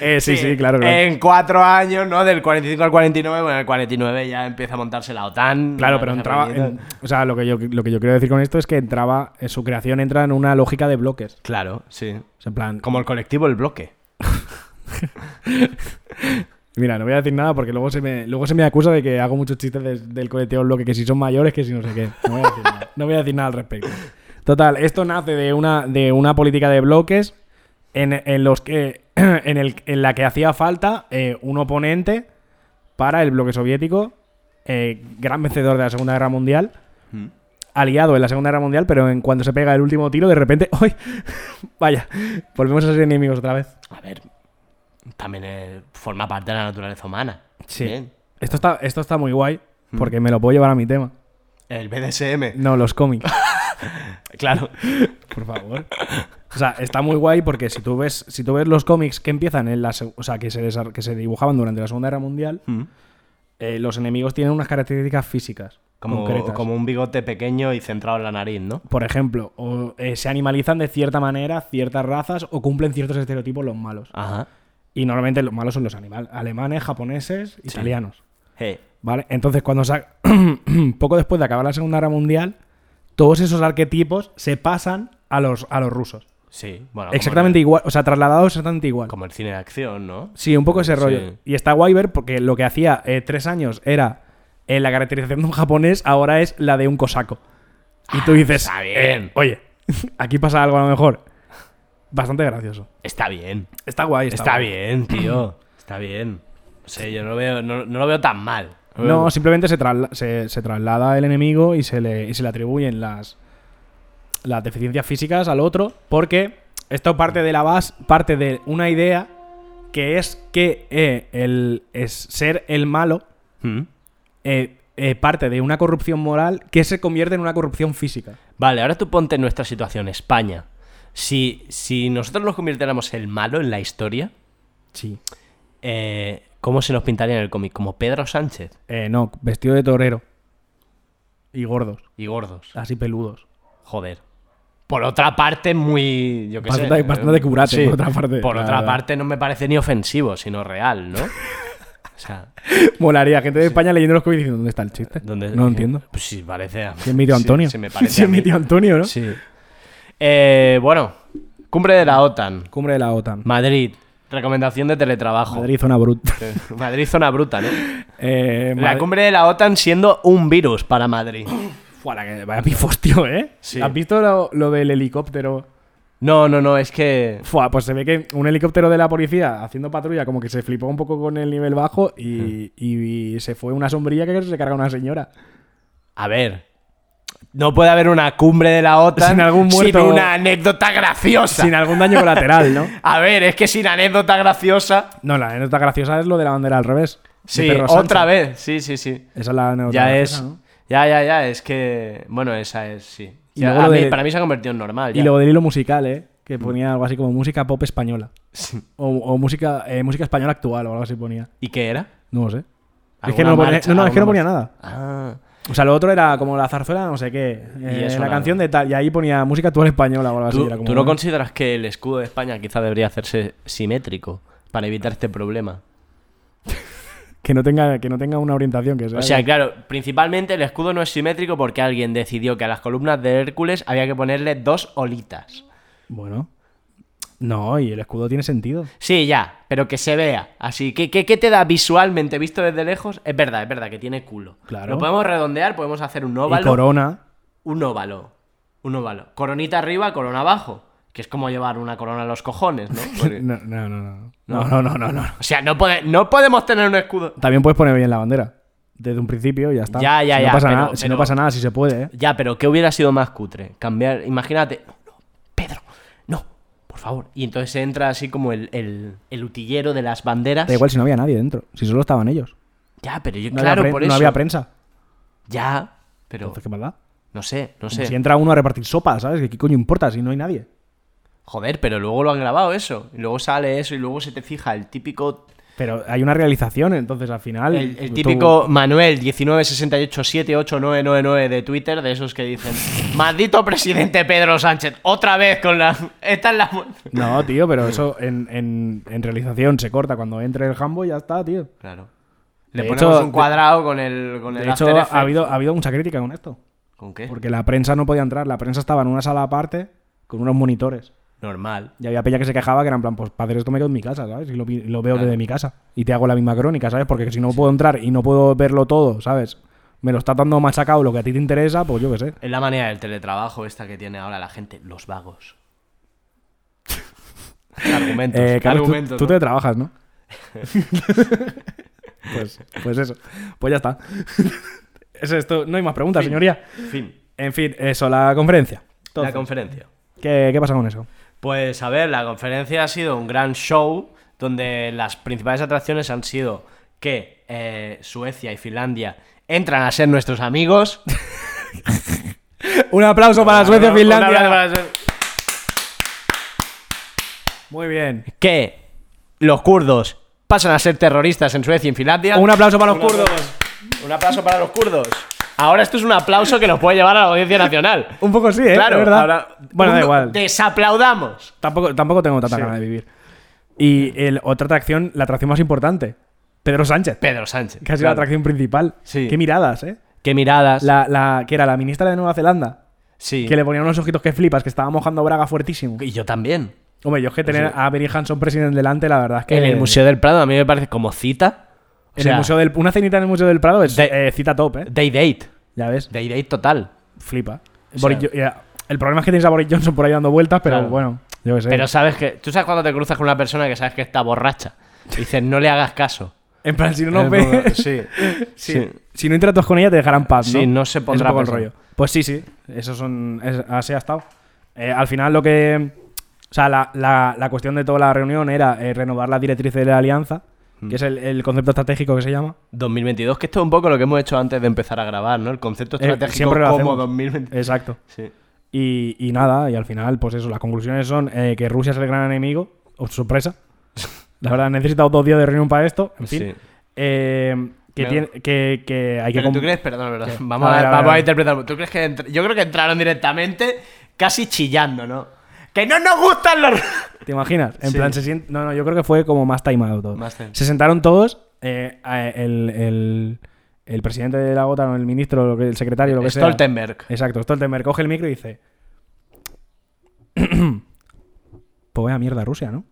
Eh, sí, sí, claro. claro.
En cuatro años, ¿no? Del 45 al 49, bueno, en el 49 ya empieza a montarse la OTAN.
Claro,
la
pero
cosa
entraba.
bonita.
en- o sea, lo que, yo, lo que yo quiero decir con esto es que entraba. en su creación entra en una lógica de bloques.
Claro, sí.
O sea, en plan.
Como el colectivo El Bloque.
Mira, no voy a decir nada porque luego se me, luego se me acusa de que hago muchos chistes de- del coleteo bloque, que si son mayores, que si no sé qué. No voy a decir nada, No voy a decir nada al respecto. Total, esto nace de una, de una política de bloques en, en los que. En, el, en la que hacía falta eh, un oponente para el bloque soviético, eh, gran vencedor de la Segunda Guerra Mundial. aliado en la Segunda Guerra Mundial, pero en cuanto se pega el último tiro, de repente, ¡ay! Vaya, volvemos a ser enemigos otra vez.
A ver, también eh, forma parte de la naturaleza humana. Bien. Mm.
Esto está, esto está muy guay, porque me lo puedo llevar a mi tema.
El BDSM.
No, los cómics,
Claro.
por favor. O sea, está muy guay porque si tú ves, si tú ves los cómics que empiezan en la, seg- o sea, que se, desar- que se dibujaban durante la Segunda Guerra Mundial,
Mm.
eh, los enemigos tienen unas características físicas
Como,
concretas.
como un bigote pequeño y centrado en la nariz, ¿no?
Por ejemplo, o, eh, se animalizan de cierta manera ciertas razas o cumplen ciertos estereotipos los malos.
Ajá.
Y normalmente los malos son los animales, alemanes, japoneses, italianos.
Hey.
¿Vale? Entonces, cuando sa- poco después de acabar la Segunda Guerra Mundial, todos esos arquetipos se pasan a los, a los rusos.
Sí, bueno. Ah, como
Exactamente
el-
igual, o sea, trasladados exactamente igual.
Como el cine de acción, ¿no?
Sí, un poco ese rollo.
Sí.
Y está guay ver porque lo que hacía eh, tres años era eh, la caracterización de un japonés, ahora es la de un cosaco. Y tú dices,
Ah, está bien.
eh, oye, aquí pasa algo a lo mejor. Bastante gracioso.
Está bien.
Está guay,
Está,
está, guay.
bien, tío. Está bien. No sé, yo no, lo veo, no, no lo veo tan mal. Lo veo-
No, simplemente se, trasla- se, se traslada el enemigo y se le, y se le atribuyen las, las deficiencias físicas al otro, porque esto parte de la base, parte de una idea que es que eh, el es ser el malo
¿Mm?
eh, eh, parte de una corrupción moral que se convierte en una corrupción física.
Vale, ahora tú ponte en nuestra situación, España. Si, si nosotros nos convirtiéramos el malo en la historia,
Sí.
eh, ¿cómo se nos pintaría en el cómic? Como Pedro Sánchez
Eh, no, vestido de torero. Y gordos,
y gordos.
así peludos.
Joder. Por otra parte, muy. Yo qué sé,
Bastante-
eh,
bastante curate, por otra parte,
Por
la
otra
verdad.
parte, no me parece ni ofensivo, sino real, ¿no? o sea,
Molaría, gente de España leyendo los cómics diciendo, ¿dónde está el chiste?
¿dónde-
no lo entiendo.
Pues sí, parece. a-
Si es mi tío
sí,
Antonio.
sí me parece.
Si
a
es mi
mí.
tío Antonio, ¿no?
Sí. Eh, bueno, cumbre de la OTAN.
Cumbre de la OTAN.
Madrid. Recomendación de teletrabajo.
Madrid, zona bruta.
Madrid, zona bruta, ¿no?
Eh,
La
Madrid-
cumbre de la OTAN siendo un virus para Madrid.
Fua, la que- vaya pifos, tío, ¿eh?
Sí.
¿Has visto lo, lo del helicóptero?
No, no, no, es que.
Fua, pues se ve que un helicóptero de la policía haciendo patrulla como que se flipó un poco con el nivel bajo y, y- y se fue una sombrilla que se carga una señora.
A ver. No puede haber una cumbre de la OTAN
Sin algún muerto-
una anécdota graciosa.
Sin algún daño colateral, ¿no?
A ver, es que sin anécdota graciosa.
No, la anécdota graciosa es lo de la bandera al revés. de
Sí,
Pedro
otra
Sánchez.
vez. Sí, sí, sí.
Esa es la anécdota
Ya
graciosa,
es.
¿no?
Ya, ya, ya. Es que. Bueno, esa es, sí.
Y
Ya,
luego
a
lo
mí-
de-
Para mí se ha convertido en normal.
Y
ya.
luego del hilo musical, ¿eh? Que ponía algo así como música pop española. O, o música, eh, música española actual o algo así ponía.
¿Y qué era?
No lo sé. Es
¿Alguna
que no, lo ponía, no,
marcha?
no, es que no ponía
¿Alguna
nada.
Ah.
O sea, lo otro era como la zarzuela, no sé qué. eh,
eso
la
nada.
canción de tal. Y ahí ponía música actual española o algo así.
¿Tú,
Era como,
tú no consideras que el escudo de España quizá debería hacerse simétrico para evitar este problema?
que no tenga, que no tenga una orientación que sea.
O sea, claro, principalmente el escudo no es simétrico porque alguien decidió que a las columnas de Hércules había que ponerle dos olitas.
Bueno. No, y el escudo tiene sentido.
Sí, ya, pero que se vea. Así que, ¿qué, qué te da visualmente visto desde lejos? Es verdad, es verdad, que tiene culo.
Claro.
Lo podemos redondear, podemos hacer un
Y
óvalo.
corona.
Un óvalo. Un óvalo. Coronita arriba, corona abajo. Que es como llevar una corona a los cojones, ¿no? Porque-
No, no, no, no. No, no, no, no, no.
o sea, no, pode- no podemos tener un escudo.
También puedes poner bien la bandera. Desde un principio y ya está.
Ya, ya,
si
ya,
No pasa
pero-
nada, Si no
pero-
pasa nada, si se puede, ¿eh?
Ya, pero ¿qué hubiera sido más cutre? Cambiar, imagínate, no, no, Pedro, no, por favor. Y entonces entra así como el, el, el utillero de las banderas.
Da igual si no había nadie dentro. Si solo estaban ellos.
Ya, pero yo,
No,
claro,
había, pre-
por
no
eso.
había prensa.
Ya, pero
Entonces, ¿qué maldad?
no sé, no
Como
sé.
Si entra uno a repartir sopa, ¿sabes? ¿Qué, qué coño importa si no hay nadie?
Joder, pero luego lo han grabado eso. Y luego sale eso y luego se te fija el típico.
Pero hay una realización, entonces al final.
El, el
tú-
típico Manuel 196878999 de Twitter, de esos que dicen: Maldito presidente Pedro Sánchez, otra vez con la. Esta es la. mu-".
No, tío, pero eso en, en- en realización se corta cuando entre el jambo y ya está, tío.
Claro. Le
De
ponemos
hecho,
un cuadrado con el. Con el
De hecho,
After
ha
Effects. Eh.
habido, ha habido mucha crítica con esto.
¿Con qué?
Porque la prensa no podía entrar. La prensa estaba en una sala aparte con unos monitores.
Normal.
Y había peña que se quejaba que era en plan, pues para hacer esto me quedo en mi casa, ¿sabes? Y lo, vi- lo veo desde mi casa. Y te hago la misma crónica, ¿sabes? Porque si no puedo entrar y no puedo verlo todo, ¿sabes? Me lo está dando machacado lo que a ti te interesa, pues yo qué sé.
Es la manera del teletrabajo esta que tiene ahora la gente, los vagos. argumentos.
Eh, Carlos, tú-
argumentos,
tú,
¿no?
te trabajas, ¿no? pues, pues eso. Pues ya está. Eso es todo. No hay más preguntas, señoría.
Fin.
En fin, eso, la conferencia. Entonces,
la conferencia.
¿qué, qué pasa con eso?
Pues a ver, la conferencia ha sido un gran show donde las principales atracciones han sido que eh, Suecia y Finlandia entran a ser nuestros amigos.
Un aplauso para Suecia y
Un aplauso
Finlandia.
para Suecia.
Muy bien.
Que los kurdos pasan a ser terroristas en Suecia y en Finlandia.
Un aplauso para los
Un aplauso.
kurdos.
Un aplauso para los kurdos. Ahora esto es un aplauso que nos puede llevar a la audiencia nacional.
Un poco sí, ¿eh?
claro,
Es ¿verdad?
ahora-
bueno, da
uno-
igual.
Desaplaudamos.
Tampoco, tampoco tengo tanta
Sí.
ganas de vivir. Y el, otra atracción, la atracción más importante. Pedro Sánchez.
Pedro Sánchez.
que ha sido
Claro.
la atracción principal.
Sí.
Qué miradas, ¿eh?
Qué miradas.
La, la, que era la ministra de Nueva Zelanda.
Sí.
Que le ponía unos ojitos que flipas, que estaba mojando braga fuertísimo.
Y yo también.
Hombre, yo es que tener a Benny Hanson presidente delante, la verdad es que.
En el Museo del Prado a mí me parece como cita. O
en el
sea,
Museo del- una cenita en el Museo del Prado es
De-
eh, cita top, ¿eh?
Day date.
Ya ves,
Day date total.
flipa.
O
Boris
sea-
Jo- ya, el problema es que tienes a Boris Johnson por ahí dando vueltas, pero
Claro.
bueno, yo qué sé.
Pero sabes que... Tú sabes cuando te cruzas con una persona que sabes que está borracha. Y dices, no le hagas caso.
en plan, si no nos
Es
ve.
como- sí.
si,
Sí.
si no interactúas con ella, te dejarán paz, ¿no?
Sí, no se
Es un
pondrá
poco el
pesado.
rollo. Pues sí, sí. Eso son. es- así ha estado. Eh, al final, lo que. O sea, la, la- la cuestión de toda la reunión era eh, renovar la directriz de la alianza,
Mm.
que es el, el concepto estratégico que se llama.
2022, que esto es un poco lo que hemos hecho antes de empezar a grabar, ¿no? El concepto
Eh,
estratégico
lo
como
hacemos. Eh,
2022.
Exacto.
Sí.
Y, y nada, y al final, pues eso, las conclusiones son eh, que Rusia es el gran enemigo, o sorpresa. La verdad, he necesitado dos días de reunión para esto, en fin.
Sí.
Eh, que,
Claro.
tiene- que, que hay que...
Pero
com-
tú crees, perdón, perdón,
¿Qué?
vamos,
A
a,
ver, a ver,
vamos
a
a
ver.
interpretar. ¿Tú crees que entr- Yo creo que entraron directamente casi chillando, ¿no? ¡Que no nos gustan los.
¿Te imaginas? En
Sí.
plan, se sient- No, no, yo creo que fue como más timado todo.
Más time.
Se sentaron todos, eh, a- el, el- el presidente de la OTAN, o el ministro, lo que- el secretario, lo que sea.
Stoltenberg.
Exacto, Stoltenberg coge el micro y dice... pues vaya mierda Rusia, ¿no?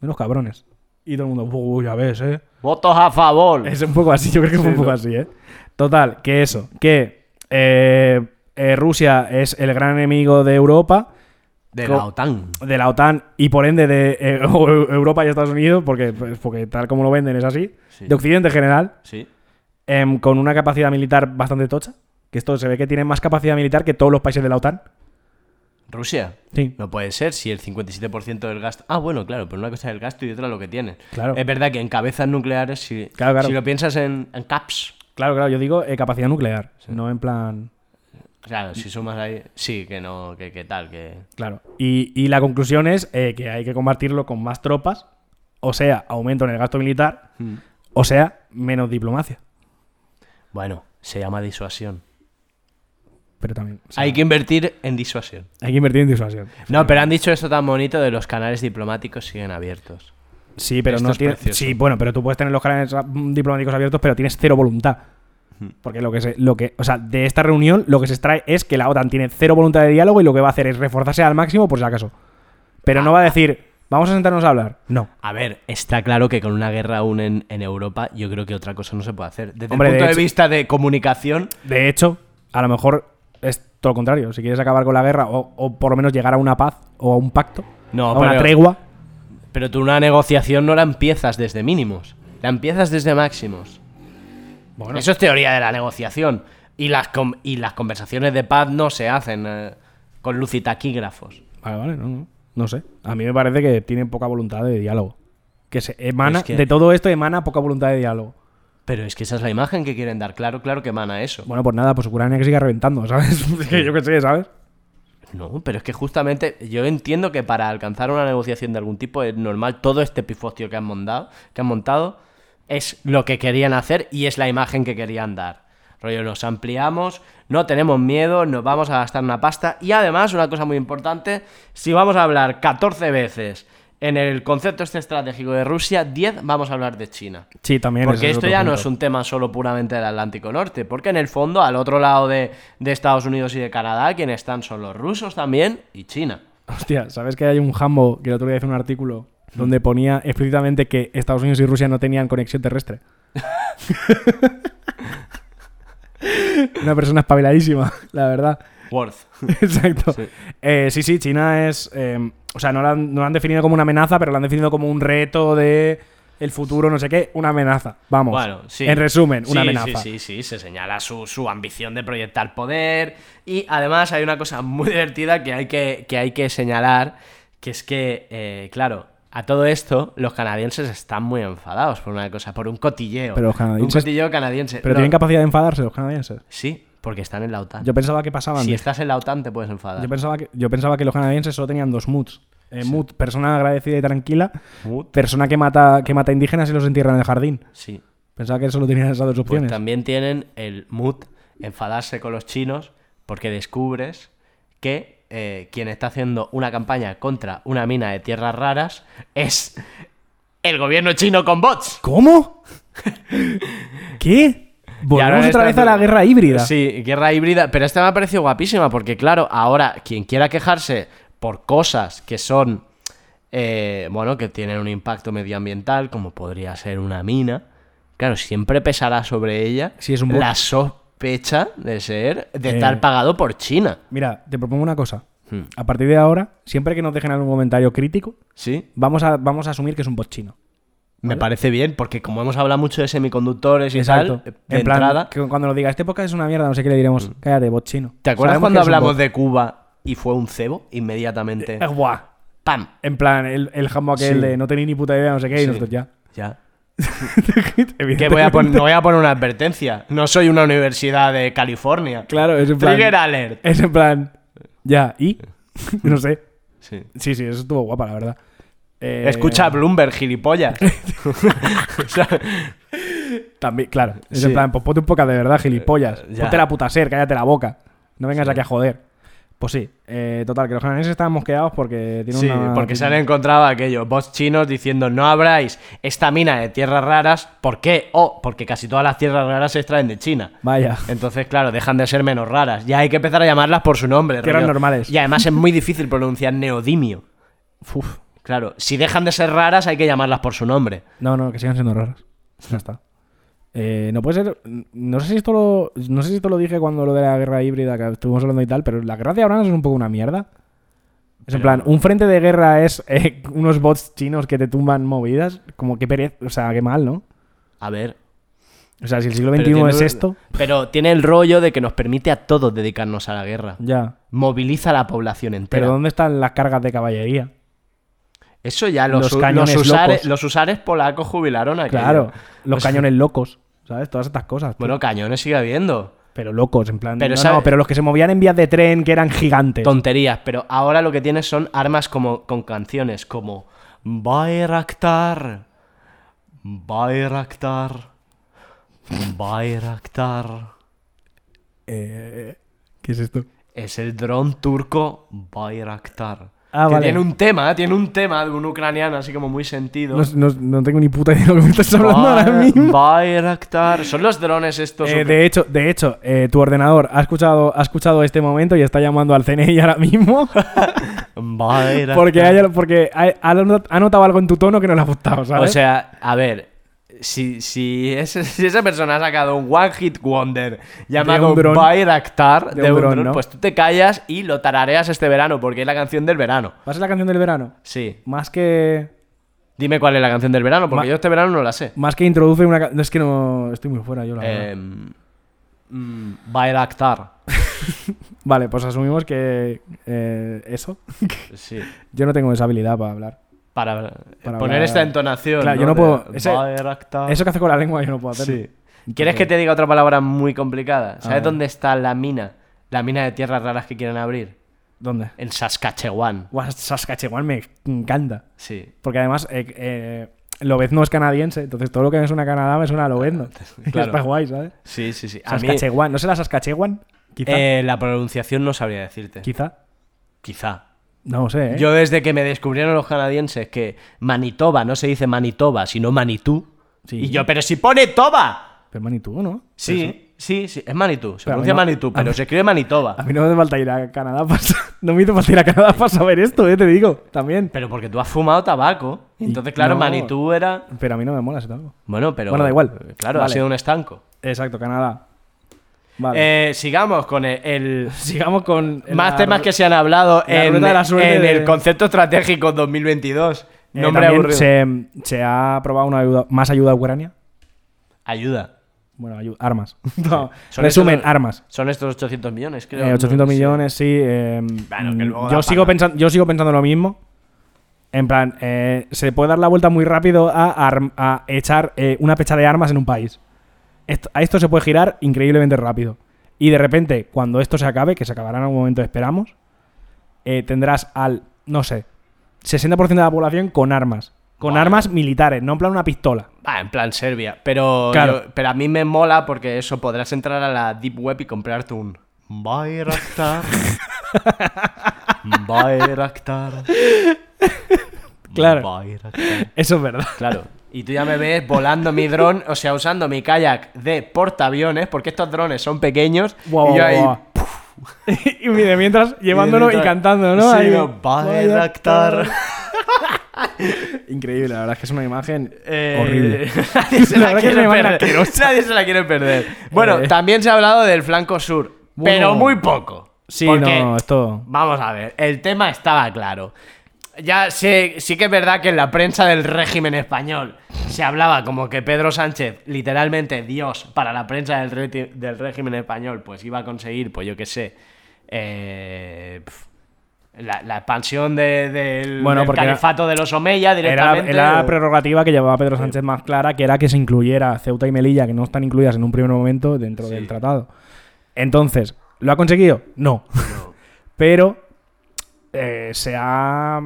Menos cabrones. Y todo el mundo, "Buh, ya ves, ¿eh?
Votos a favor.
Es un poco así, yo creo que fue un poco así, ¿eh? Total, que eso, que eh, eh, Rusia es el gran enemigo de Europa,
De
Co-
la OTAN.
de la OTAN y por ende de eh, Europa y Estados Unidos, porque, pues, porque tal como lo venden es así,
Sí.
de Occidente en general,
Sí.
em, con una capacidad militar bastante tocha, que esto se ve que tiene más capacidad militar que todos los países de la OTAN.
Rusia.
Sí.
No puede ser si el 57% del gasto. Ah, bueno, claro, pero una cosa es el gasto y otra lo que tienen.
Claro.
Es verdad que en cabezas nucleares, si,
Claro, claro.
si lo piensas en, en CAPS,
Claro, claro, yo digo eh, capacidad nuclear, no en plan...
claro, si sumas ahí. Sí, que no, que, que tal, que.
Claro. Y, y la conclusión es eh, que hay que combatirlo con más tropas, o sea, aumento en el gasto militar,
Hmm.
o sea, menos diplomacia.
Bueno, se llama disuasión.
Pero también o sea,
Hay que invertir en disuasión.
hay que invertir en disuasión.
No, pero han dicho esto tan bonito de los canales diplomáticos siguen abiertos.
Sí, pero
Esto
no
es
tienes.
precioso.
Sí, bueno, pero tú puedes tener los canales ah, diplomáticos abiertos, pero tienes cero voluntad. Porque lo que se, lo que, o sea, de esta reunión lo que se extrae es que la OTAN tiene cero voluntad de diálogo y lo que va a hacer es reforzarse al máximo por si acaso. Pero no va a decir, vamos a sentarnos a hablar. No.
A ver, está claro que con una guerra aún en, en Europa, yo creo que otra cosa no se puede hacer. Desde
Hombre,
el
de
punto de,
hecho-
vista de comunicación,
De hecho, a lo mejor es todo lo contrario. Si quieres acabar con la guerra o, o por lo menos llegar a una paz o a un pacto,
No,
a una
pero-
tregua.
pero tú una negociación no la empiezas desde mínimos, la empiezas desde máximos.
Bueno,
Eso es teoría de la negociación. Y las, com- y las conversaciones de paz no se hacen eh, con luz y taquígrafos.
Vale, vale, no, no. No sé. A mí me parece que tienen poca voluntad de diálogo. Que se emana,
Es que-
de todo esto emana poca voluntad de diálogo.
Pero es que esa es la imagen que quieren dar. Claro, claro que emana eso.
Bueno, pues nada, pues Ucrania que siga reventando, ¿sabes? Es que Yo qué sé, ¿sabes?
No, pero es que justamente yo entiendo que para alcanzar una negociación de algún tipo es normal todo este pifostio que han montado, que han montado es lo que querían hacer y es la imagen que querían dar. Rollo, nos ampliamos, no tenemos miedo, nos vamos a gastar una pasta y además, una cosa muy importante, si vamos a hablar 14 veces en el concepto este estratégico de Rusia, 10 vamos a hablar de China.
Sí, también.
Porque
ese es
esto
otro
ya no
punto.
es un tema solo puramente del Atlántico Norte, porque en el fondo, al otro lado de, de Estados Unidos y de Canadá, quienes están son los rusos también y China.
Hostia, ¿sabes que hay un jambo que el otro día hice un artículo
Mm.
donde ponía explícitamente que Estados Unidos y Rusia no tenían conexión terrestre? Una persona espabiladísima, la verdad.
Worth.
Exacto.
Sí.
Eh, Sí, sí, China es. eh, o sea, no la, han, no la han definido como una amenaza, pero la han definido como un reto de el futuro, no sé qué. Una amenaza. Vamos.
Bueno, sí.
En resumen, una
Sí,
amenaza.
Sí, sí, sí, se señala su, su ambición de proyectar poder. Y además hay una cosa muy divertida que hay que, que, hay que señalar, que es que, eh, claro, a todo esto los canadienses están muy enfadados por una cosa, por un cotilleo.
Pero los
Un
canadienses-
cotilleo canadiense.
Pero
No,
tienen capacidad de enfadarse los canadienses.
Sí, porque están en la OTAN.
Yo pensaba que pasaban.
Si
de-
estás en la OTAN te puedes enfadar.
yo, pensaba que, yo pensaba que los canadienses solo tenían dos moods. Eh, Mood, persona agradecida y tranquila. Persona que mata, que mata indígenas y los entierra en el jardín.
Sí.
Pensaba que solo tenían esas dos
Pues
opciones.
también tienen el mood enfadarse con los chinos porque descubres que eh, quien está haciendo una campaña contra una mina de tierras raras es el gobierno chino con bots.
¿Cómo? ¿Qué?
Y ahora
Volvemos otra
están-
vez a la guerra híbrida.
Sí, guerra híbrida. Pero esta me ha parecido guapísima porque, claro, ahora quien quiera quejarse por cosas que son, eh, bueno, que tienen un impacto medioambiental, como podría ser una mina, claro, siempre pesará sobre ella
Sí, es un bot.
la sospecha de ser, de
Eh.
estar pagado por China.
Mira, te propongo una cosa.
Hmm.
A partir de ahora, siempre que nos dejen algún comentario crítico,
Sí,
vamos a, vamos a asumir que es un bot chino.
me parece bien porque como hemos hablado mucho de semiconductores y tal, de
en plan,
entrada, Hmm.
que cuando nos diga, este podcast es una mierda, no sé qué le diremos, cállate, bot chino.
¿te acuerdas
Sabemos que
cuando
es un
hablamos
bot.
de Cuba y fue un cebo inmediatamente?
Eh, guau.
¡Pam!
En plan, el, el jambo aquel
Sí.
de no tenéis ni puta idea, no sé qué, y
Sí.
nosotros ya.
Ya. Que
Evidentemente.
voy a poner, no voy a poner una advertencia. No soy una universidad de California.
Claro, es en plan.
Trigger alert.
Es en plan. Ya, ¿y? no sé.
Sí.
Sí, sí, eso estuvo guapa, la verdad. Eh,
Escucha a Bloomberg, gilipollas. O sea,
También, claro. Es
Sí.
en plan, pues ponte un poco de verdad, gilipollas.
Eh, ya.
Ponte la puta ser, cállate la boca. No vengas
Sí.
aquí a joder. Pues sí, eh, total, que los canadienses estaban mosqueados porque tienen
sí,
una-
porque se han encontrado aquellos bots chinos diciendo no abráis esta mina de tierras raras. ¿Por qué? Oh, porque casi todas las tierras raras se extraen de China.
Vaya.
Entonces, claro, dejan de ser menos raras. Ya hay que empezar a llamarlas por su nombre.
Tierras
rollo.
normales.
Y además es muy difícil pronunciar neodimio. Uf, claro, si dejan de ser raras hay que llamarlas por su nombre.
No, no, que sigan siendo raras. Ya está. Eh, no puede ser. No sé si esto lo. No sé si esto lo dije cuando lo de la guerra híbrida que estuvimos hablando y tal, pero la guerra de ahora es un poco una mierda. Es en plan, un frente de guerra es eh, unos bots chinos que te tumban movidas. Como que pereza. O sea, qué mal, ¿no?
A ver,
O sea, si el siglo
Pero
XXI
tiene-
es esto,
Pero tiene el rollo de que nos permite a todos dedicarnos a la guerra.
ya.
Moviliza a la población entera.
Pero ¿dónde están las cargas de caballería?
Eso ya los,
Los
u-
cañones
los, usares,
locos.
los usares polacos jubilaron aquello.
Claro,
O
los
sea,
cañones locos, ¿sabes? Todas estas cosas. tío.
pues- Bueno, cañones sigue habiendo.
pero locos, en plan.
pero
no,
sabe-
no, pero los que se movían en vías de tren que eran gigantes.
Tonterías, pero ahora lo que tienes son armas como con canciones como Bayraktar, Bayraktar, Bayraktar.
Eh, ¿Qué es esto?
Es el dron turco Bayraktar.
Ah,
que
vale.
tiene un tema, eh, tiene un tema de un ucraniano así como muy sentido.
No, no- no tengo ni puta idea de lo que me estás hablando ahora
Bayra-
mismo.
Bayraktar. Son los drones estos.
Eh,
ucra-
de hecho, de hecho eh, tu ordenador ha escuchado, ha escuchado este momento y está llamando al CNI ahora mismo
Bayraktar.
porque, haya- porque ha, ha not- ha notado algo en tu tono que no le ha gustado, ¿sabes?
O sea, a ver, si, si, ese- si esa persona ha sacado un One Hit Wonder llamado
un dron.
Bayraktar
De
de,
un
un
dron,
dron,
¿no?
pues tú te callas y lo tarareas este verano porque es la canción del verano.
¿Va a ser la canción del verano?
Sí.
Más que...
Dime cuál es la canción del verano porque
Ma-
yo este verano no la sé.
Más que introduce una... ca- No, es que no... Estoy muy fuera yo, la verdad.
Em, mm, Bayraktar.
Vale, pues asumimos que... eh, eso.
Sí.
yo no tengo esa habilidad para hablar.
Para,
Para
poner
hablar-
esta entonación.
Claro, yo no puedo-
De
ese-
Bayraktar.
Eso que hace con la lengua yo no puedo hacerlo.
Sí. ¿Quieres que te diga otra palabra muy complicada?
ver.
¿Sabes dónde está la mina? La mina de tierras raras que quieren abrir.
¿Dónde?
En Saskatchewan.
Guau, Saskatchewan me encanta.
Sí.
Porque además, eh, eh, Lobezno es canadiense, entonces todo lo que me suena a Canadá me suena a Lobezno.
Claro.
Está guay, ¿sabes?
Sí, sí, sí. A mí,
Saskatchewan, ¿no será Saskatchewan? Quizá.
eh, la pronunciación no sabría decirte.
Quizá.
Quizá.
No sé, ¿eh?
Yo desde que me descubrieron los canadienses que Manitoba no se dice Manitoba, sino Manitú.
Sí.
Y yo, pero si pone Toba.
Pero Manitú, ¿no?
Sí, sí, sí, es Manitú. Se
Pero a mí
pronuncia
no-
Manitú,
a
pero
mí-
se escribe Manitoba.
A mí no me hace falta ir a Canadá para... No me hizo falta ir a Canadá para saber esto, ¿eh? Te digo, también.
Pero porque tú has fumado tabaco. Entonces,
Y-
claro,
no.
Manitú era.
Pero a mí no me mola ese tabaco.
Bueno, pero.
Bueno, da igual.
Claro, ha
Vale.
sido un estanco.
Exacto, Canadá. Vale.
Eh, sigamos con el- el
Sigamos con...
Más
la-
temas que se han hablado
la
en,
rueda de la suerte
en
de-
el concepto estratégico 2022.
Eh,
Nombre
también
aburrido.
Se, se ha aprobado una ayuda, más ayuda a Ucrania.
Ayuda.
Bueno, ayu- armas. No,
Son
resumen,
estos-
armas.
Son estos 800 millones, creo.
Eh, 800
No, sí.
millones, sí. eh,
Bueno, que luego
yo,
da
sigo
palo.
pensando, yo sigo pensando lo mismo. En plan, eh, se puede dar la vuelta muy rápido a, arm- a echar eh, una pecha de armas en un país. Esto- a esto se puede girar increíblemente rápido. Y de repente, cuando esto se acabe, que se acabará en algún momento, esperamos, eh, tendrás al, no sé, 60% de la población con armas. Con
Vale.
armas militares, no en plan una pistola.
Ah, en plan Serbia. Pero,
Claro.
yo- pero a mí me mola porque eso podrás entrar a la Deep Web y comprarte un Bayraktar. Bayraktar.
Claro.
Bayraktar.
Eso es verdad.
Claro. Y tú ya me ves volando mi dron, o sea, usando mi kayak de portaaviones, porque estos drones son pequeños.
Guau,
y yo ahí.
guau, guau. y de mientras llevándolo y
mientras-
cantando, ¿no?
Sí,
Ahí,
no, Bayraktar.
Increíble, la verdad es que es una imagen
Eh,
horrible.
nadie, se
La
la
verdad que es
quiere
una imagen
perder.
asquerosa.
Nadie se la quiere perder. Bueno,
Eh.
también se ha hablado del flanco sur,
Bueno.
pero muy poco.
Sí,
porque-
no, esto.
Vamos a ver, el tema estaba claro. Ya sé, sí que es verdad que en la prensa del régimen español se hablaba como que Pedro Sánchez, literalmente Dios, para la prensa del, reti- del régimen español, pues iba a conseguir, pues yo qué sé, eh, pf, la, la expansión de- del,
Bueno,
del
porque era-
califato de los Omeya
Era,
directamente.
era la prerrogativa que llevaba Pedro Sánchez más clara, que era que se incluyera Ceuta y Melilla, que no están incluidas en un primer momento dentro del tratado. Entonces, ¿lo ha conseguido? No. Pero eh, se ha.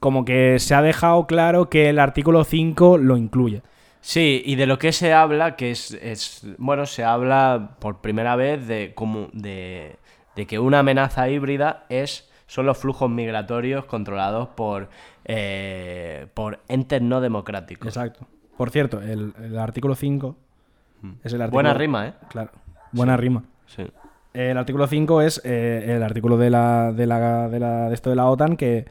Como que se ha dejado claro que el artículo 5 lo incluye.
Sí, y de lo que se habla, que es, es- bueno, se habla por primera vez de, como, de, de que una amenaza híbrida es, son los flujos migratorios controlados por, eh, por entes no democráticos.
Exacto. Por cierto, el, el artículo 5 es el artículo.
Buena rima, ¿eh?
Claro. Buena rima.
Sí.
El artículo 5 es eh, el artículo de la, de, la, de, la- de esto de la OTAN que,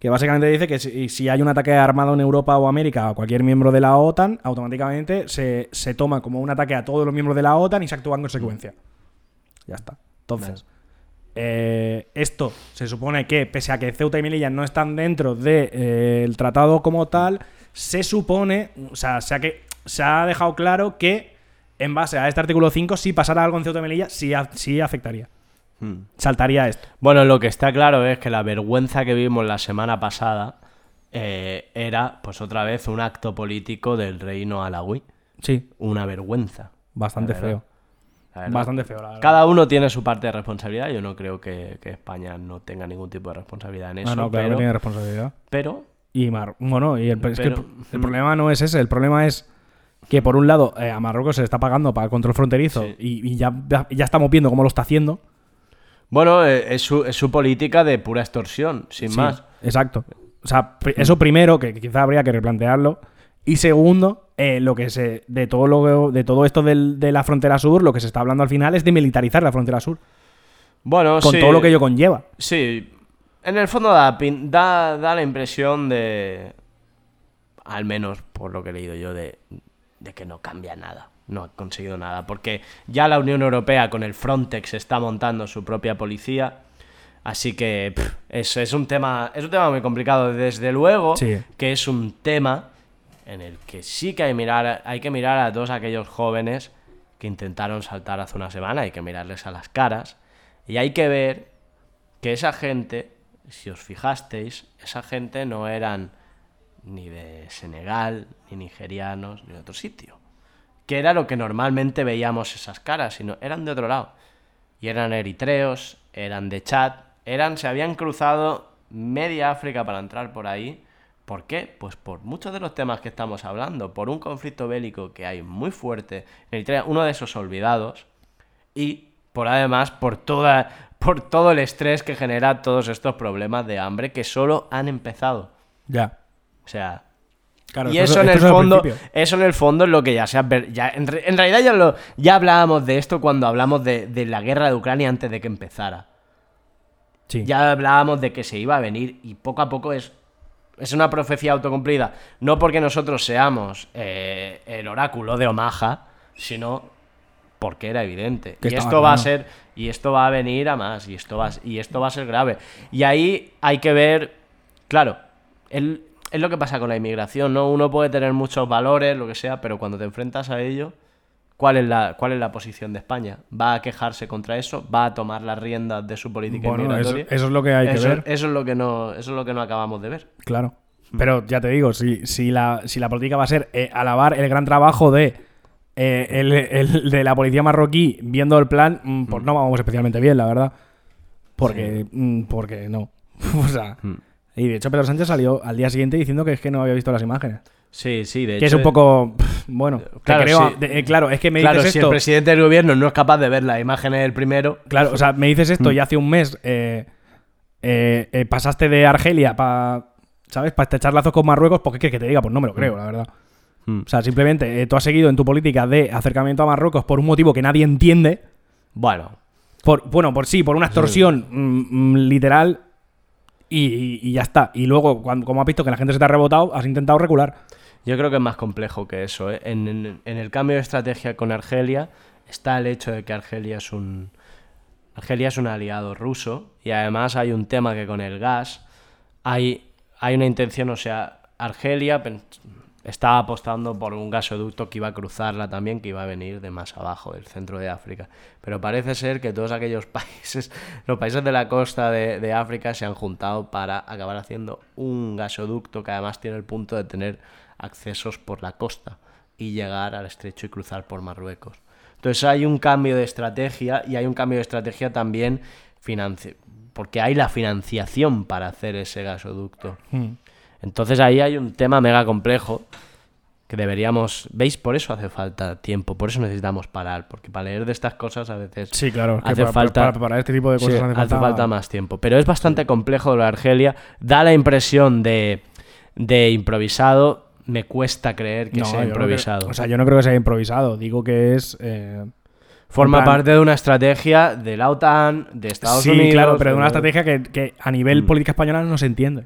que básicamente dice que si, si hay un ataque armado en Europa o América o cualquier miembro de la OTAN, automáticamente se, se toma como un ataque a todos los miembros de la OTAN y se actúa en consecuencia. Ya está. Entonces, eh, esto se supone que, pese a que Ceuta y Melilla no están dentro del tratado como tal, se supone, o sea, se ha, que, se ha dejado claro que, en base a este artículo 5, si pasara algo en Ceuta y Melilla, sí, a- sí afectaría. Hmm. Saltaría esto.
Bueno, lo que está claro es que la vergüenza que vimos la semana pasada eh, era, pues otra vez, un acto político del reino alawí.
Sí,
Una vergüenza.
bastante
La verdad.
feo.
la verdad.
Bastante feo, la verdad.
Cada uno tiene su parte de responsabilidad. Yo no creo que, que España no tenga ningún tipo de responsabilidad en eso.
No, no, claro que
pero,
tiene responsabilidad.
pero
Y Mar bueno, y el, es que el
Pero- mm.
pro- el problema no es ese, el problema es que por un lado eh, a Marruecos se le está pagando para el control fronterizo
Sí.
y, y ya, ya estamos viendo cómo lo está haciendo.
Bueno, eh, es su, es su política de pura extorsión, sin
Sí,
más. Mm.
Exacto. O sea, pri- eso primero, que quizá habría que replantearlo. Y segundo, eh, lo que se. De todo lo de todo esto del- de la frontera sur, lo que se está hablando al final es de militarizar la frontera sur.
Bueno,
Con
sí,
todo lo que ello conlleva.
Sí. En el fondo da, pin- da, da la impresión de. Al menos por lo que he leído yo, de, de que no cambia nada. No ha conseguido nada. Porque ya la Unión Europea con el Frontex está montando su propia policía. Así que pff, es, es un tema. Es un tema muy complicado. Desde luego
Sí.
que es un tema en el que sí que hay, mirar, hay que mirar a todos aquellos jóvenes que intentaron saltar hace una semana, hay que mirarles a las caras y hay que ver que esa gente, si os fijasteis, esa gente no eran ni de Senegal, ni nigerianos, ni de otro sitio, que era lo que normalmente veíamos esas caras, sino eran de otro lado. Y eran eritreos, eran de Chad, eran, se habían cruzado media África para entrar por ahí. ¿Por qué? Pues por muchos de los temas que estamos hablando, por un conflicto bélico que hay muy fuerte en Eritrea, uno de esos olvidados, y por además por toda por todo el estrés que genera todos estos problemas de hambre que solo han empezado.
Ya.
O sea,
Claro,
y
esto es-
eso en
esto
el
es al
fondo,
principio.
eso en el fondo es lo que ya se ha ver- ya en, re- en realidad ya lo ya hablábamos de esto cuando hablamos de, de la guerra de Ucrania antes de que empezara.
Sí.
Ya hablábamos de que se iba a venir y poco a poco es, es una profecía autocumplida. No porque nosotros seamos eh, el oráculo de Omaha, sino porque era evidente.
Que
y
estaba
esto va a
claro.
ser y esto va a venir a más y esto va a- y esto va a ser grave. Y ahí hay que ver, claro, el- es lo que pasa con la inmigración, ¿no? Uno puede tener muchos valores, lo que sea, pero cuando te enfrentas a ello, ¿cuál es la cuál es la posición de España? ¿Va a quejarse contra eso? ¿Va a tomar las riendas de su política
Bueno, eso,
inmigratoria?
eso es lo que hay
eso,
que ver.
eso es lo que no, eso es lo que no acabamos de ver.
Claro.
Hmm.
Pero ya te digo, si, si, la, si la política va a ser eh, alabar el gran trabajo de, eh, el, el- de la policía marroquí viendo el plan, mm,
Hmm.
pues no vamos especialmente bien, la verdad. Porque, mm, porque no. o sea,
Hmm.
y de hecho Pedro Sánchez salió al día siguiente diciendo que es que no había visto las imágenes.
Sí, sí, de
que es un poco... pff, Bueno, te
Claro,
creo a-
sí.
de- eh, claro, es que me
Claro,
dices
si
esto...
el presidente del gobierno no es capaz de ver las imágenes del primero,
Claro, o sea, me dices esto y hace un mes eh, eh, eh, pasaste de Argelia para, ¿sabes? Para estrechar lazos con Marruecos, porque quieres que te diga? Pues no me lo creo, la verdad.
Mm.
O sea, simplemente eh, tú has seguido en tu política de acercamiento a Marruecos por un motivo que nadie entiende.
bueno,
Por, bueno, por sí, por una extorsión mm, mm, literal y, y- y ya está. Y luego, cuando, como has visto que la gente se te ha rebotado, has intentado regular.
Yo creo que es más complejo que eso. ¿eh? En, en- en el cambio de estrategia con Argelia está el hecho de que Argelia es un Argelia es un aliado ruso y además hay un tema que con el gas hay, hay una intención, o sea, Argelia pen- estaba apostando por un gasoducto que iba a cruzarla también, que iba a venir de más abajo, del centro de África. Pero parece ser que todos aquellos países, los países de la costa de, de África se han juntado para acabar haciendo un gasoducto que además tiene el punto de tener accesos por la costa y llegar al estrecho y cruzar por Marruecos. Entonces hay un cambio de estrategia y hay un cambio de estrategia también financi- porque hay la financiación para hacer ese gasoducto. Entonces ahí hay un tema mega complejo que deberíamos, ¿veis? Por eso hace falta tiempo, por eso necesitamos parar, porque para leer de estas cosas a veces
Sí, claro. es que
hace
para,
falta
para- para este tipo de cosas
Sí, hace falta, más tiempo. Pero es bastante complejo lo de Argelia. Da la impresión de, de improvisado. Me cuesta creer que
No,
sea
yo no creo-
improvisado.
o sea, yo no creo que sea improvisado. Digo que es... eh,
Forma
en plan-
parte de una estrategia de la OTAN, de Estados
sí,
Unidos. eh, mm.
claro, pero de una estrategia que, que a nivel política española no se entiende.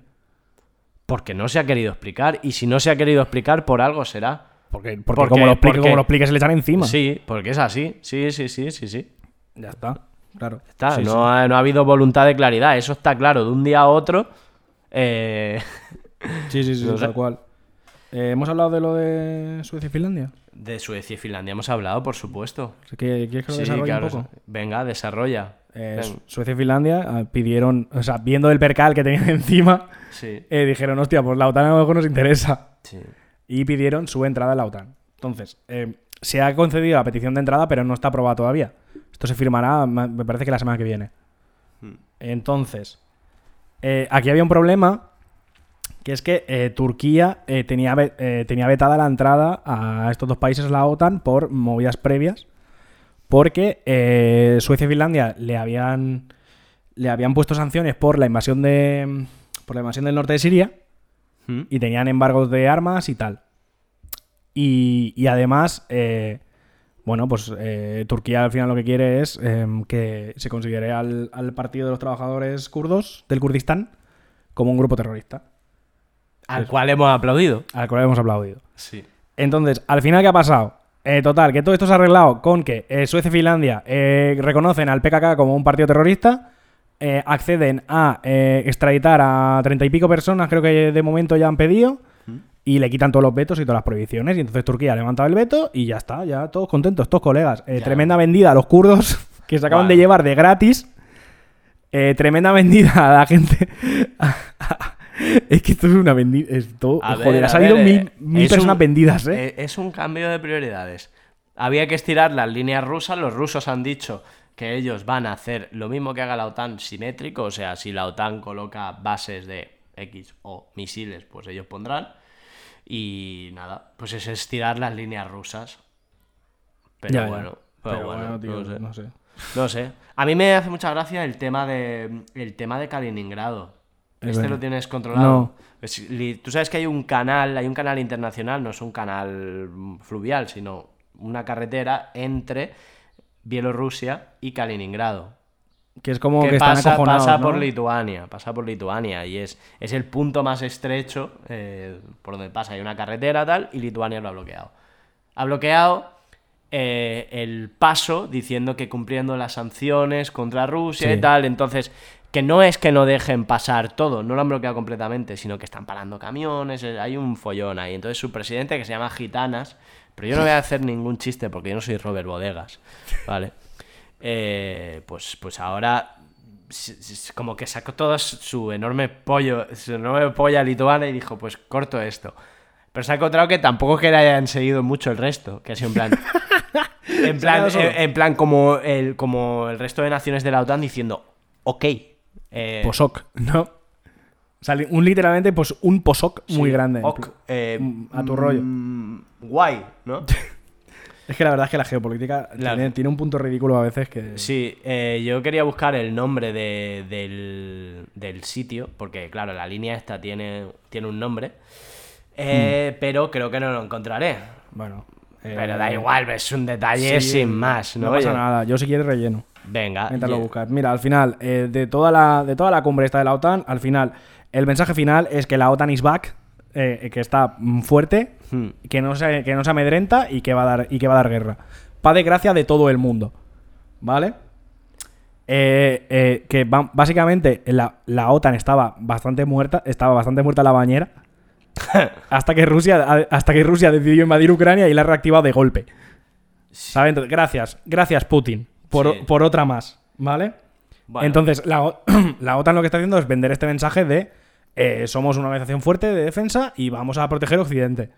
Porque no se ha querido explicar. Y si no se ha querido explicar, por algo será.
Porque, porque,
Porque-
como, lo explique,
porque-
como lo explique se le echan encima.
Sí, porque es así. Sí, sí, sí, sí, sí.
Ya está. Claro.
Está,
Sí,
no,
sí.
Ha, no ha habido voluntad de claridad. Eso está claro. De un día a otro. eh,
Sí, sí, sí,
No sé.
tal cual. Eh, ¿Hemos hablado de lo de Suecia y Finlandia?
de Suecia y Finlandia hemos hablado, por supuesto.
¿Qué- ¿Quieres que lo
Sí,
desarrolle
claro,
un poco?
sí. Venga, desarrolla.
Eh,
Venga.
Su- Suecia y Finlandia ah, pidieron, o sea, viendo el percal que tenían encima,
Sí,
eh, dijeron, hostia, pues la OTAN a lo mejor nos interesa.
sí.
Y pidieron su entrada a la OTAN. Entonces, eh, se ha concedido la petición de entrada, pero no está aprobada todavía. Esto se firmará, ma- me parece que la semana que viene. Entonces, eh, aquí había un problema, que es que eh, Turquía eh, tenía, ve- eh, tenía vetada la entrada a estos dos países a la OTAN por movidas previas, porque eh, Suecia y Finlandia le habían le habían puesto sanciones por la invasión de por la invasión del norte de Siria
¿Mm?
y tenían embargos de armas y tal. Y, y además, eh, bueno, pues eh, Turquía al final lo que quiere es em, que se considere al, al Partido de los Trabajadores Kurdos del Kurdistán como un grupo terrorista,
Al cual hemos aplaudido.
al cual hemos aplaudido.
Sí.
Entonces, al final, ¿qué ha pasado? Eh, total, que todo esto se ha arreglado con que eh, Suecia y Finlandia eh, reconocen al PKK como un partido terrorista, eh, acceden a eh, extraditar a treinta y pico personas, creo que de momento ya han pedido, y le quitan todos los vetos y todas las prohibiciones. Y entonces Turquía ha levantado el veto y ya está, ya todos contentos, todos colegas. Eh,
Ya.
Tremenda vendida a los kurdos que se acaban de
Vale.
llevar de gratis. Eh, tremenda vendida a la gente. es que esto es una vendida. Esto,
A
joder,
ver,
ha
a
salido
ver,
mil,
eh,
mil
es un-
personas vendidas, ¿eh?
eh, Es un cambio de prioridades. Había que estirar las líneas rusas. Los rusos han dicho que ellos van a hacer lo mismo que haga la OTAN simétrico. O sea, si la OTAN coloca bases de X o misiles, pues ellos pondrán. Y nada, pues es estirar las líneas rusas. Pero
Ya, ya.
bueno, pero bueno,
tío,
no sé.
no sé.
No sé. A mí me hace mucha gracia el tema de el tema de Kaliningrado.
Es
este
verdad.
lo tienes controlado.
No.
Es li- Tú sabes que hay un canal, hay un canal internacional, no es un canal mm, fluvial, sino una carretera entre Bielorrusia y Kaliningrado.
Que es como que,
que
están
pasa,
acojonados,
pasa
¿no?
por Lituania, pasa por Lituania y es, es el punto más estrecho eh, por donde pasa. Hay una carretera tal y Lituania lo ha bloqueado. Ha bloqueado eh, el paso diciendo que cumpliendo las sanciones contra Rusia
Sí.
y tal, entonces que no es que no dejen pasar todo, no lo han bloqueado completamente, sino que están parando camiones, eh, hay un follón ahí. Entonces su presidente que se llama Gitanas, pero yo no voy a hacer ningún chiste porque yo no soy Robert Bodegas, ¿vale? Eh, pues, pues ahora s- s- como que sacó todo su enorme pollo, su enorme polla lituana y dijo, pues corto esto. Pero se ha encontrado que tampoco que le hayan seguido mucho el resto, que ha sido en plan... en, plan eh,
quedado solo.
en, en plan como el, como el resto de naciones de la OTAN diciendo, ok. eh,
Posoc, ¿no? O sea, li- un literalmente pues un posoc muy
sí,
grande.
ok, eh,
Mm, a tu rollo.
mm, Guay, ¿no?
Es que la verdad es que la geopolítica
La-
tiene, tiene un punto ridículo a veces que
Sí, eh, yo quería buscar el nombre de- del, del sitio, porque claro, la línea esta tiene, tiene un nombre, eh, pero creo que no lo encontraré.
bueno. Hmm. eh,
Pero da igual, es un detalle
sí,
sin más, ¿no?
No pasa
Oye,
nada, yo si quieres relleno.
Venga.
Mientras
ye-
lo buscas. Mira, al final, eh, de, toda la, de toda la cumbre esta de la OTAN, al final, el mensaje final es que la OTAN is back, eh, que está mm, fuerte,
Hmm.
que, no se, que no se amedrenta y que va a dar, y que va a dar guerra. Pa' desgracia de todo el mundo. ¿Vale? Eh, eh, que ba- básicamente la, la OTAN estaba bastante muerta, estaba bastante muerta la bañera. hasta que Rusia hasta que Rusia decidió invadir Ucrania y la ha reactivado de golpe. ¿Sabes? Entonces, gracias, gracias Putin por,
Sí.
por otra más, ¿vale?
Bueno.
Entonces, la, O- la OTAN lo que está haciendo es vender este mensaje de eh, somos una organización fuerte de defensa y vamos a proteger Occidente.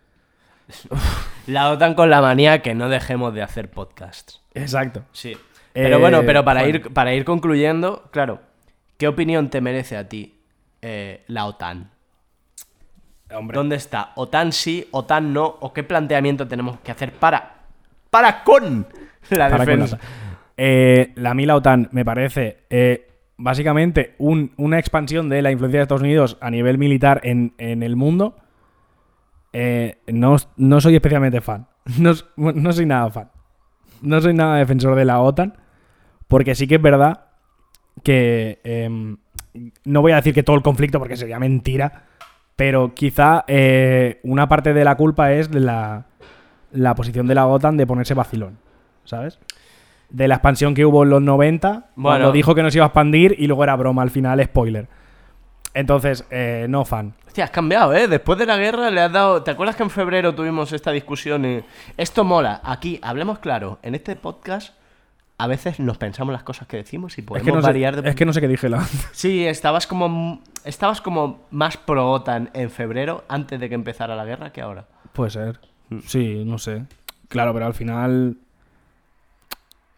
La OTAN con la manía que no dejemos de hacer podcasts.
Exacto.
Sí. Pero
Eh,
bueno, pero para,
bueno.
Ir, para ir concluyendo, claro, ¿qué opinión te merece a ti eh, la OTAN?
Hombre.
¿Dónde está? ¿OTAN sí, OTAN no? ¿O qué planteamiento tenemos que hacer para, para con la
Para con
defensa?
la- Eh, la Mila OTAN me parece eh, básicamente un- una expansión de la influencia de Estados Unidos a nivel militar en, en el mundo. Eh, no, no soy especialmente fan. No, s- bueno, no soy nada fan. No soy nada defensor de la OTAN. Porque sí que es verdad que em, no voy a decir que todo el conflicto porque sería mentira, pero quizá eh, una parte de la culpa es de la, la posición de la OTAN de ponerse vacilón, ¿sabes? De la expansión que hubo en los 90, cuando
Bueno.
dijo que nos iba a expandir y luego era broma, al final spoiler. Entonces, eh, no fan.
Hostia, has cambiado, ¿eh? Después de la guerra le has dado... ¿Te acuerdas que en febrero tuvimos esta discusión? eh? Esto mola. Aquí, hablemos claro. En este podcast a veces nos pensamos las cosas que decimos y
Es
podemos
que, no sé,
variar de...
es que no sé qué dije la
Sí, estabas como, estabas como más pro OTAN en febrero antes de que empezara la guerra que ahora.
Puede ser. Sí, no sé. Claro, pero al final...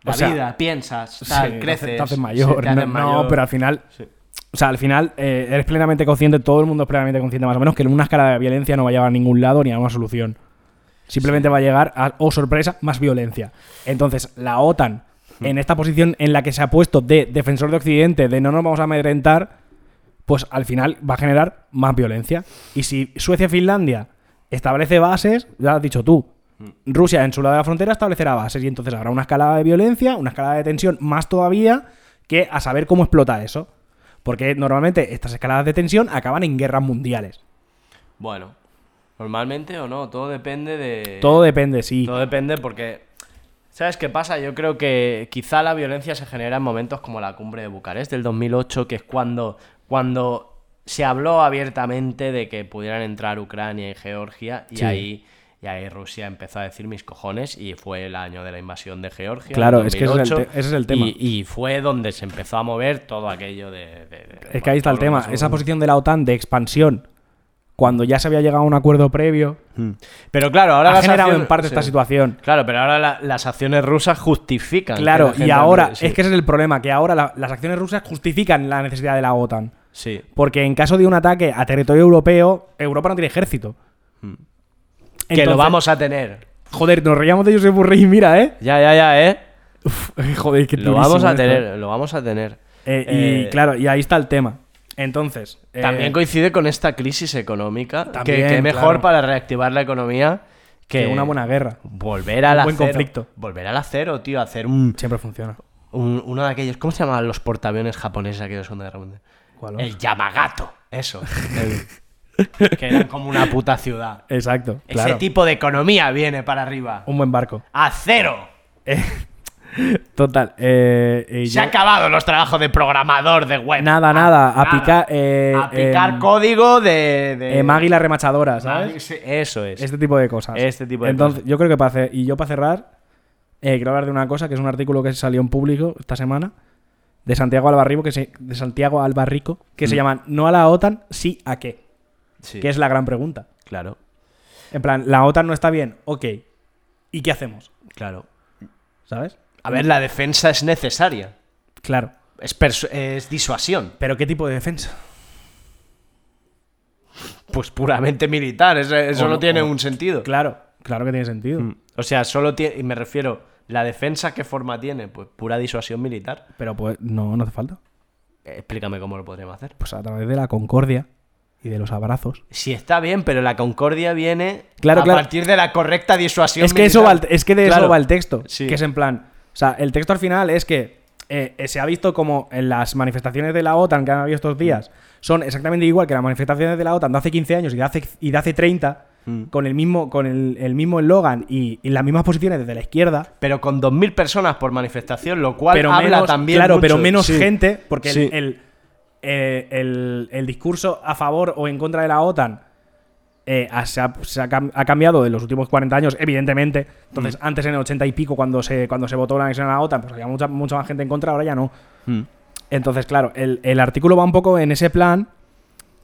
La
O sea,
vida, piensas, tal,
sí, te
creces.
hace- Te haces mayor.
sí, te haces
no, no,
mayor.
pero al final.
Sí.
O sea, al final eh, eres plenamente consciente, todo el mundo es plenamente consciente más o menos que una escala de violencia no va a llevar a ningún lado ni a una solución. Simplemente va a llegar a, oh sorpresa, más violencia. Entonces, la OTAN
Hmm.
en esta posición en la que se ha puesto de defensor de Occidente, de no nos vamos a amedrentar, pues al final va a generar más violencia. Y si Suecia-Finlandia establece bases, ya lo has dicho tú,
Mm.
Rusia en su lado de la frontera establecerá bases y entonces habrá una escalada de violencia, una escalada de tensión más todavía que a saber cómo explota eso. Porque normalmente estas escaladas de tensión acaban en guerras mundiales.
Bueno, normalmente o no, todo depende de.
Todo depende, sí.
Eh, Todo depende porque. ¿Sabes qué pasa? Yo creo que quizá la violencia se genera en momentos como la cumbre de Bucarest del 2008, que es cuando, cuando se habló abiertamente de que pudieran entrar Ucrania y Georgia, y,
Sí.
ahí, y ahí Rusia empezó a decir mis cojones, y fue el año de la invasión de Georgia.
Claro,
en
es que ese es el
2008,
te- ese es el tema.
Y, y fue donde se empezó a mover todo aquello de. de- de-
Es que ahí está el
todo lo
tema.
que se-
Esa posición de la OTAN de expansión, cuando ya se había llegado a un acuerdo previo,
Pero claro, ahora
ha
las
generado
acciones-
en parte esta
sí.
situación.
Claro, pero ahora la- las acciones rusas justifican. que la
Claro, y
gente-
ahora,
sí,
es que ese es el problema, que ahora la- las acciones rusas justifican la necesidad de la OTAN.
Sí,
Porque en caso de un ataque a territorio europeo, Europa no tiene ejército.
que lo
Entonces-
vamos a tener.
Joder, nos reíamos de Josep Burrey, mira, ¿eh?
Ya, ya, ya, ¿eh?
Joder, qué
Lo
durísimo
vamos a
esto.
tener, lo vamos a tener.
Eh,
Eh,
Y claro, y ahí está el tema. Entonces, eh,
También coincide con esta crisis económica, que-
También,
que, es mejor
claro.
para reactivar la economía que,
que una buena guerra
Volver al
un buen
acero.
conflicto.
Volver al acero, tío, hacer un,
siempre funciona.
un- uno de aquellos, ¿cómo se llamaban los portaaviones japoneses aquellos de Segunda Guerra Mundial?
¿Cuál?
El Yamagato, eso. El- que eran como una puta ciudad.
Exacto,
Ese
claro.
tipo de economía viene para arriba.
Un buen barco.
¡A cero!
Total. eh, y
Se ha
yo-
acabado los trabajos de programador de web.
Nada, nada. A picar. eh,
A picar
em,
código de. de-
eh, Maggie la remachadora, ¿sabes?
Sí, Eso em, es.
Este tipo de cosas.
Este tipo de
Entonces,
cosas.
yo creo que para ce- y yo para cerrar, eh, quiero hablar de una cosa que es un artículo que salió en público esta semana de Santiago Albarrico que se, de Santiago Albarrico que se llama No a la OTAN, sí a qué,
Mm. Sí,
que es la gran pregunta.
Claro,
En plan, la OTAN no está bien, ok. ¿Y qué hacemos?
claro.
¿Sabes?
A ver, la defensa es necesaria.
Claro.
Es, persu- es disuasión.
Pero ¿qué tipo de defensa?
Pues puramente militar. es- Eso
O-
no tiene
o-
un sentido.
Claro, claro que tiene sentido.
O sea, solo tiene. Y me refiero, ¿la defensa qué forma tiene? Pues pura disuasión militar.
Pero pues no, no hace falta.
Eh, Explícame cómo lo podríamos hacer.
Pues a través de la concordia y de los abrazos.
Sí, está bien, pero la concordia viene
Claro,
a
claro.
partir de la correcta disuasión
Es que, eso va
militar.
al- es que de eso
Claro.
va el texto.
Sí.
Que es en plan. O sea, el texto al final es que eh, eh, se ha visto como en las manifestaciones de la OTAN que han habido estos
Mm.
días son exactamente igual que las manifestaciones de la OTAN de hace 15 años y de hace, y de hace 30,
Mm.
con el mismo con el, el mismo eslogan y, y las mismas posiciones desde la izquierda.
Pero con 2.000 personas por manifestación, lo cual
pero
habla
menos,
también.
claro, pero
mucho.
menos
Sí.
gente, porque el-
Sí.
el, eh, el- el discurso a favor o en contra de la OTAN eh, ha- se, ha, se ha cam- ha cambiado en los últimos 40 años, evidentemente. Entonces,
Mm.
antes en el 80 y pico, cuando se, cuando se votó la anexión a la OTAN, pues había mucha, mucha más gente en contra, ahora ya no.
Mm.
Entonces, claro, el, el artículo va un poco en ese plan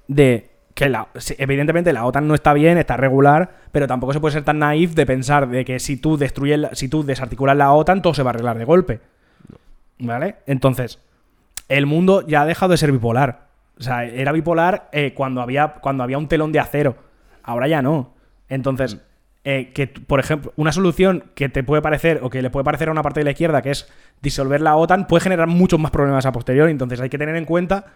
de que la, sí, evidentemente la OTAN no está bien, está regular, pero tampoco se puede ser tan naif de pensar de que si tú destruyes, la- si tú desarticulas la OTAN, todo se va a arreglar de golpe. ¿Vale? Entonces, el mundo ya ha dejado de ser bipolar. O sea, era bipolar eh, cuando, había, cuando había un telón de acero. Ahora ya no. Entonces, eh, que, tú- por ejemplo, una solución que te puede parecer o que le puede parecer a una parte de la izquierda, que es disolver la OTAN, puede generar muchos más problemas a posteriori. Entonces, hay que tener en cuenta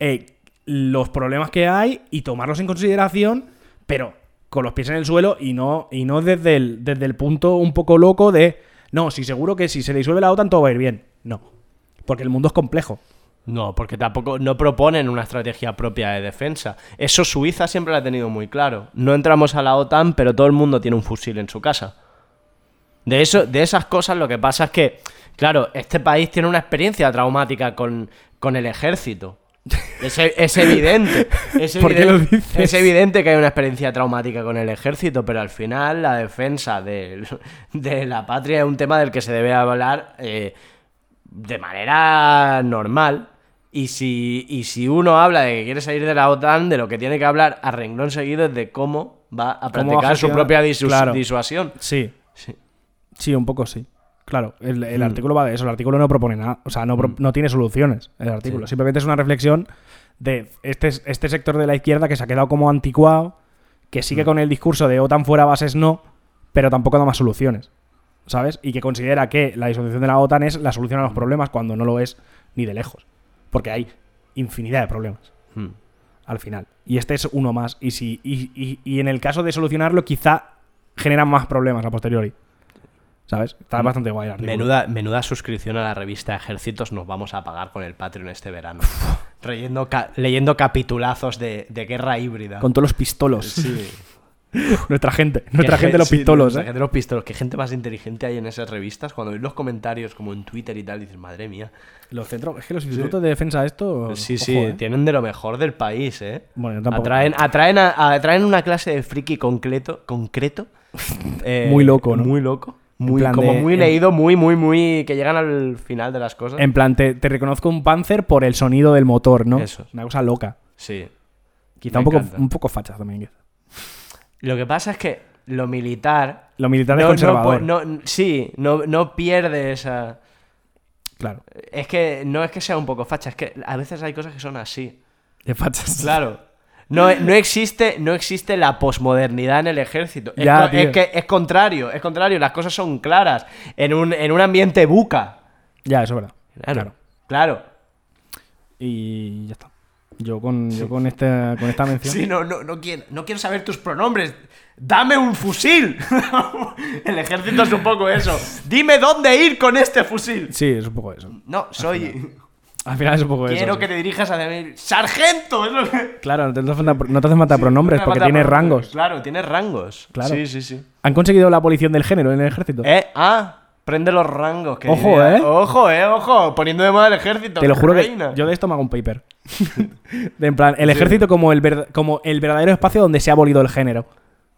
eh, los problemas que hay y tomarlos en consideración, pero con los pies en el suelo y no, y no desde, el, desde el punto un poco loco de, no, si seguro que si se disuelve la OTAN todo va a ir bien. No, porque el mundo es complejo.
No, porque tampoco no proponen una estrategia propia de defensa. Eso Suiza siempre lo ha tenido muy claro. No entramos a la OTAN, pero todo el mundo tiene un fusil en su casa. De, eso, de esas cosas lo que pasa es que, claro, este país tiene una experiencia traumática con, con el ejército. Es, e- es evidente. Es
¿Por qué
evidente-
lo dices?
es evidente que hay una experiencia traumática con el ejército, pero al final la defensa de, de la patria es un tema del que se debe hablar eh, de manera normal. Y si, y si uno habla de que quiere salir de la OTAN, de lo que tiene que hablar a renglón seguido es de cómo va a
¿Cómo va a
practicar su
gestionar?
propia disu-
Claro.
disuasión.
Sí,
Sí. Mm.
sí, un poco sí. Claro, el, el artículo va de eso, el artículo no propone nada, o sea, no, pro- no tiene soluciones el artículo,
Sí.
simplemente es una reflexión de este, este sector de la izquierda que se ha quedado como
Mm.
anticuado, que sigue con el discurso de OTAN fuera bases no, pero tampoco da más soluciones. ¿sabes? Y que considera que la disolución de la OTAN es la solución a los problemas cuando no lo es ni de lejos. Porque hay infinidad de problemas
Mm.
al final. Y este es uno más. Y, si, y, y- y en el caso de solucionarlo, quizá generan más problemas a posteriori. ¿Sabes? Está bastante guay el artículo.
Mm. Menuda, menuda suscripción a la revista Ejércitos nos vamos a pagar con el Patreon este verano. Leyendo, leyendo capitulazos de, de guerra híbrida.
Con todos los pistolos.
Sí.
Nuestra gente. Nuestra
Qué
gente,
gen-
los
sí,
pistolos.
nuestra
¿eh?
gente de los pistolos. Qué gente más inteligente hay en esas revistas. Cuando ves los comentarios como en Twitter y tal, dices, madre mía.
Los centros. Es que los institutos de defensa, esto.
Pues Sí,
ojo,
sí,
¿eh?
tienen de lo mejor del país, ¿eh?
Bueno, yo tampoco-
Atraen, atraen, a- atraen una clase de friki concreto, concreto. eh,
Muy loco, ¿no?
Muy loco.
En
Muy,
plan
como
de-
muy
en- Em,
leído, muy, muy, muy... Que llegan al final de las cosas.
En plan, te, te reconozco un Panzer por el sonido del motor, ¿no?
Eso.
Una cosa loca.
Sí.
Quizá
Me
un poco, mm.
encanta.
un poco facha también. quizá.
Lo que pasa es que lo militar...
Lo militar es
no- no
conservador.
po- no- sí, no, no pierde esa...
Claro.
Es que no es que sea un poco facha, es que a veces hay cosas que son así.
De fachas.
Claro. No, no, existe, no existe la posmodernidad en el ejército. Es,
Ya,
co- es
tío.
que es contrario, es contrario. Las cosas son claras. En un, en un ambiente buca.
Ya, eso es verdad.
Claro. Claro.
Y ya está. Yo con, yo con, esta, con esta mención.
Sí, no, no, no, quiero, no quiero saber tus pronombres. ¡Dame un fusil! el ejército es un poco eso. Dime dónde ir con este fusil.
Sí, es un poco eso.
No, soy.
Al final es un poco eso.
Quiero
sí.
que te dirijas hacia mí. ¡Sargento! Es lo que-
Claro, no te hace falta, no te hace falta pronombres
Una
porque
pata-
tiene rangos.
Claro, tiene rangos.
Claro.
Sí, sí, sí.
Han conseguido la abolición del género en el ejército.
Eh, ah, prende los rangos. que
Ojo,
diría.
eh.
Ojo, eh, ojo. Poniendo de moda el ejército.
Te lo juro que
reina.
yo de esto me hago un paper. De en plan, el ejército como, el ver- como el verdadero espacio donde se ha abolido el género.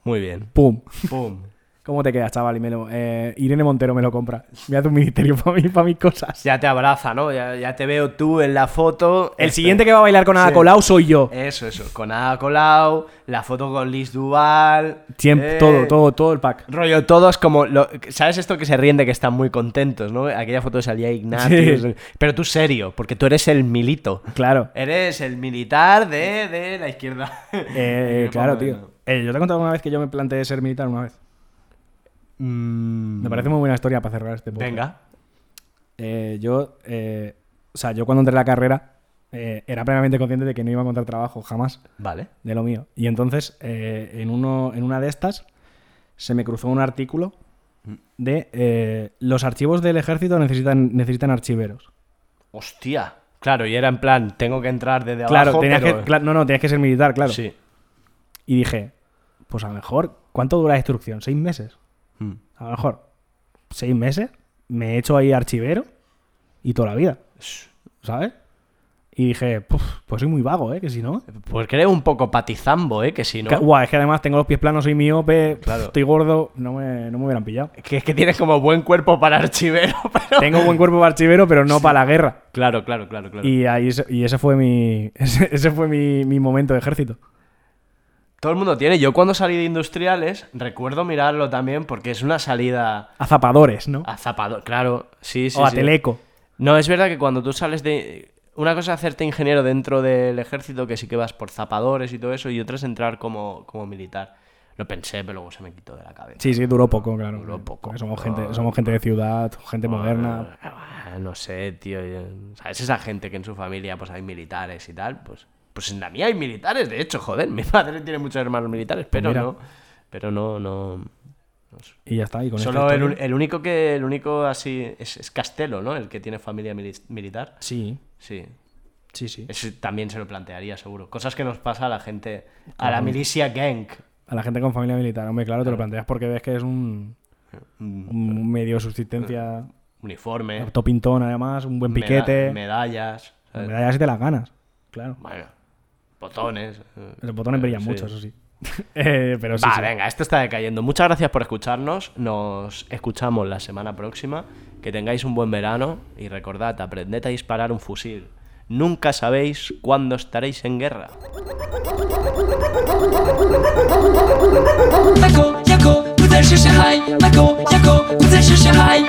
Muy bien.
¡Pum!
Pum.
¿Cómo te quedas, chaval? Y me lo- eh, Irene Montero me lo compra. Me hace un ministerio para mí, para mis cosas.
Ya te abraza, ¿no? Ya, ya te veo tú en la foto.
El
Este-
siguiente que va a bailar con Ada
Sí. Eh,
Colau soy yo.
Eso, eso. Con Ada Colau, la foto con Liz Duval.
Siempre-
eh,
todo, todo, todo el pack.
Rollo, todos como. lo- ¿Sabes esto que se ríen de que están muy contentos, no? Aquella foto salía Ignatius.
Sí.
Pero tú serio, porque tú eres el milito.
Claro.
Eres el militar de, de la izquierda.
Eh,
Eh,
claro,
más o menos.
tío. Eh, yo te he contado una vez que yo me planteé ser militar una vez.
Mm,
Me parece muy buena historia para cerrar este podcast.
Venga.
Eh, yo, eh, o sea, yo cuando entré en la carrera eh, era plenamente consciente de que no iba a encontrar trabajo jamás
Vale.
de lo mío. Y entonces, eh, en, uno, en una de estas, se me cruzó un artículo de eh, los archivos del ejército necesitan, necesitan archiveros.
Hostia. Claro, y era en plan, tengo que entrar desde
claro,
abajo.
tenías
pero-
que, cla- no, no, tenías que ser militar, claro.
Sí.
Y dije, pues a lo mejor, ¿cuánto dura la instrucción? ¿Seis meses?
Mm.
A lo mejor, seis meses, me he hecho ahí archivero y toda la vida. ¿sabes? Y dije, "Puf, pues soy muy vago, ¿eh? Que si no.
Pues creo un poco patizambo, ¿eh? Que si no.
Ca- Guau, es que además tengo los pies planos, soy miope, pf,
Claro.
estoy gordo, no me, no me hubieran pillado.
Que es que tienes como buen cuerpo para archivero, pero.
Tengo buen cuerpo para archivero, pero no para la guerra.
Claro, claro, claro, claro.
Y, ahí, se- y ese fue mi ese, ese fue mi, mi momento de ejército.
Todo el mundo tiene. Yo cuando salí de industriales, recuerdo mirarlo también porque es una salida
A zapadores, ¿no?
a zapado. Claro, sí, Ah, sí.
o a
sí.
teleco.
No, es verdad que cuando tú sales de. Una cosa es hacerte ingeniero dentro del ejército, que sí que vas por zapadores y todo eso, y otra es entrar como, como militar. Lo pensé, pero luego se me quitó de la cabeza.
Sí, sí, duró poco, claro.
Duró poco.
Porque somos gente, somos gente de ciudad, gente moderna.
Ah, No sé, tío. yo- ¿Sabes esa gente que en su familia pues hay militares y tal? Pues, pues en la mía hay militares, de hecho, joder. Mi padre tiene muchos hermanos militares, pero
mira.
no. Pero no, no.
Y ya está. Y con esta
Solo el, eh,
historia-
un- el único que. El único así. Es, es Castelo, ¿no? El que tiene familia mili- militar.
Sí,
Sí.
sí, sí.
Ese también se lo plantearía, seguro. Cosas que nos pasa a la gente. A la milicia gang.
A la gente con familia militar, hombre, claro, te lo planteas porque ves que es un, un medio de subsistencia.
Uniforme.
Topintón, además, un buen
meda-
piquete.
medallas. ¿sabes?
Medallas si te las ganas. Claro.
Bueno. Botones. eh,
Los botones brillan
sí.
mucho, eso sí. Eh, pero sí.
Va,
sí.
venga, esto está decayendo. Muchas gracias por escucharnos. Nos escuchamos la semana próxima. Que tengáis un buen verano y recordad, aprended a disparar un fusil. Nunca sabéis cuándo estaréis en guerra.
Michael, Jaco，不再是小孩。Michael, Jaco，不再是小孩。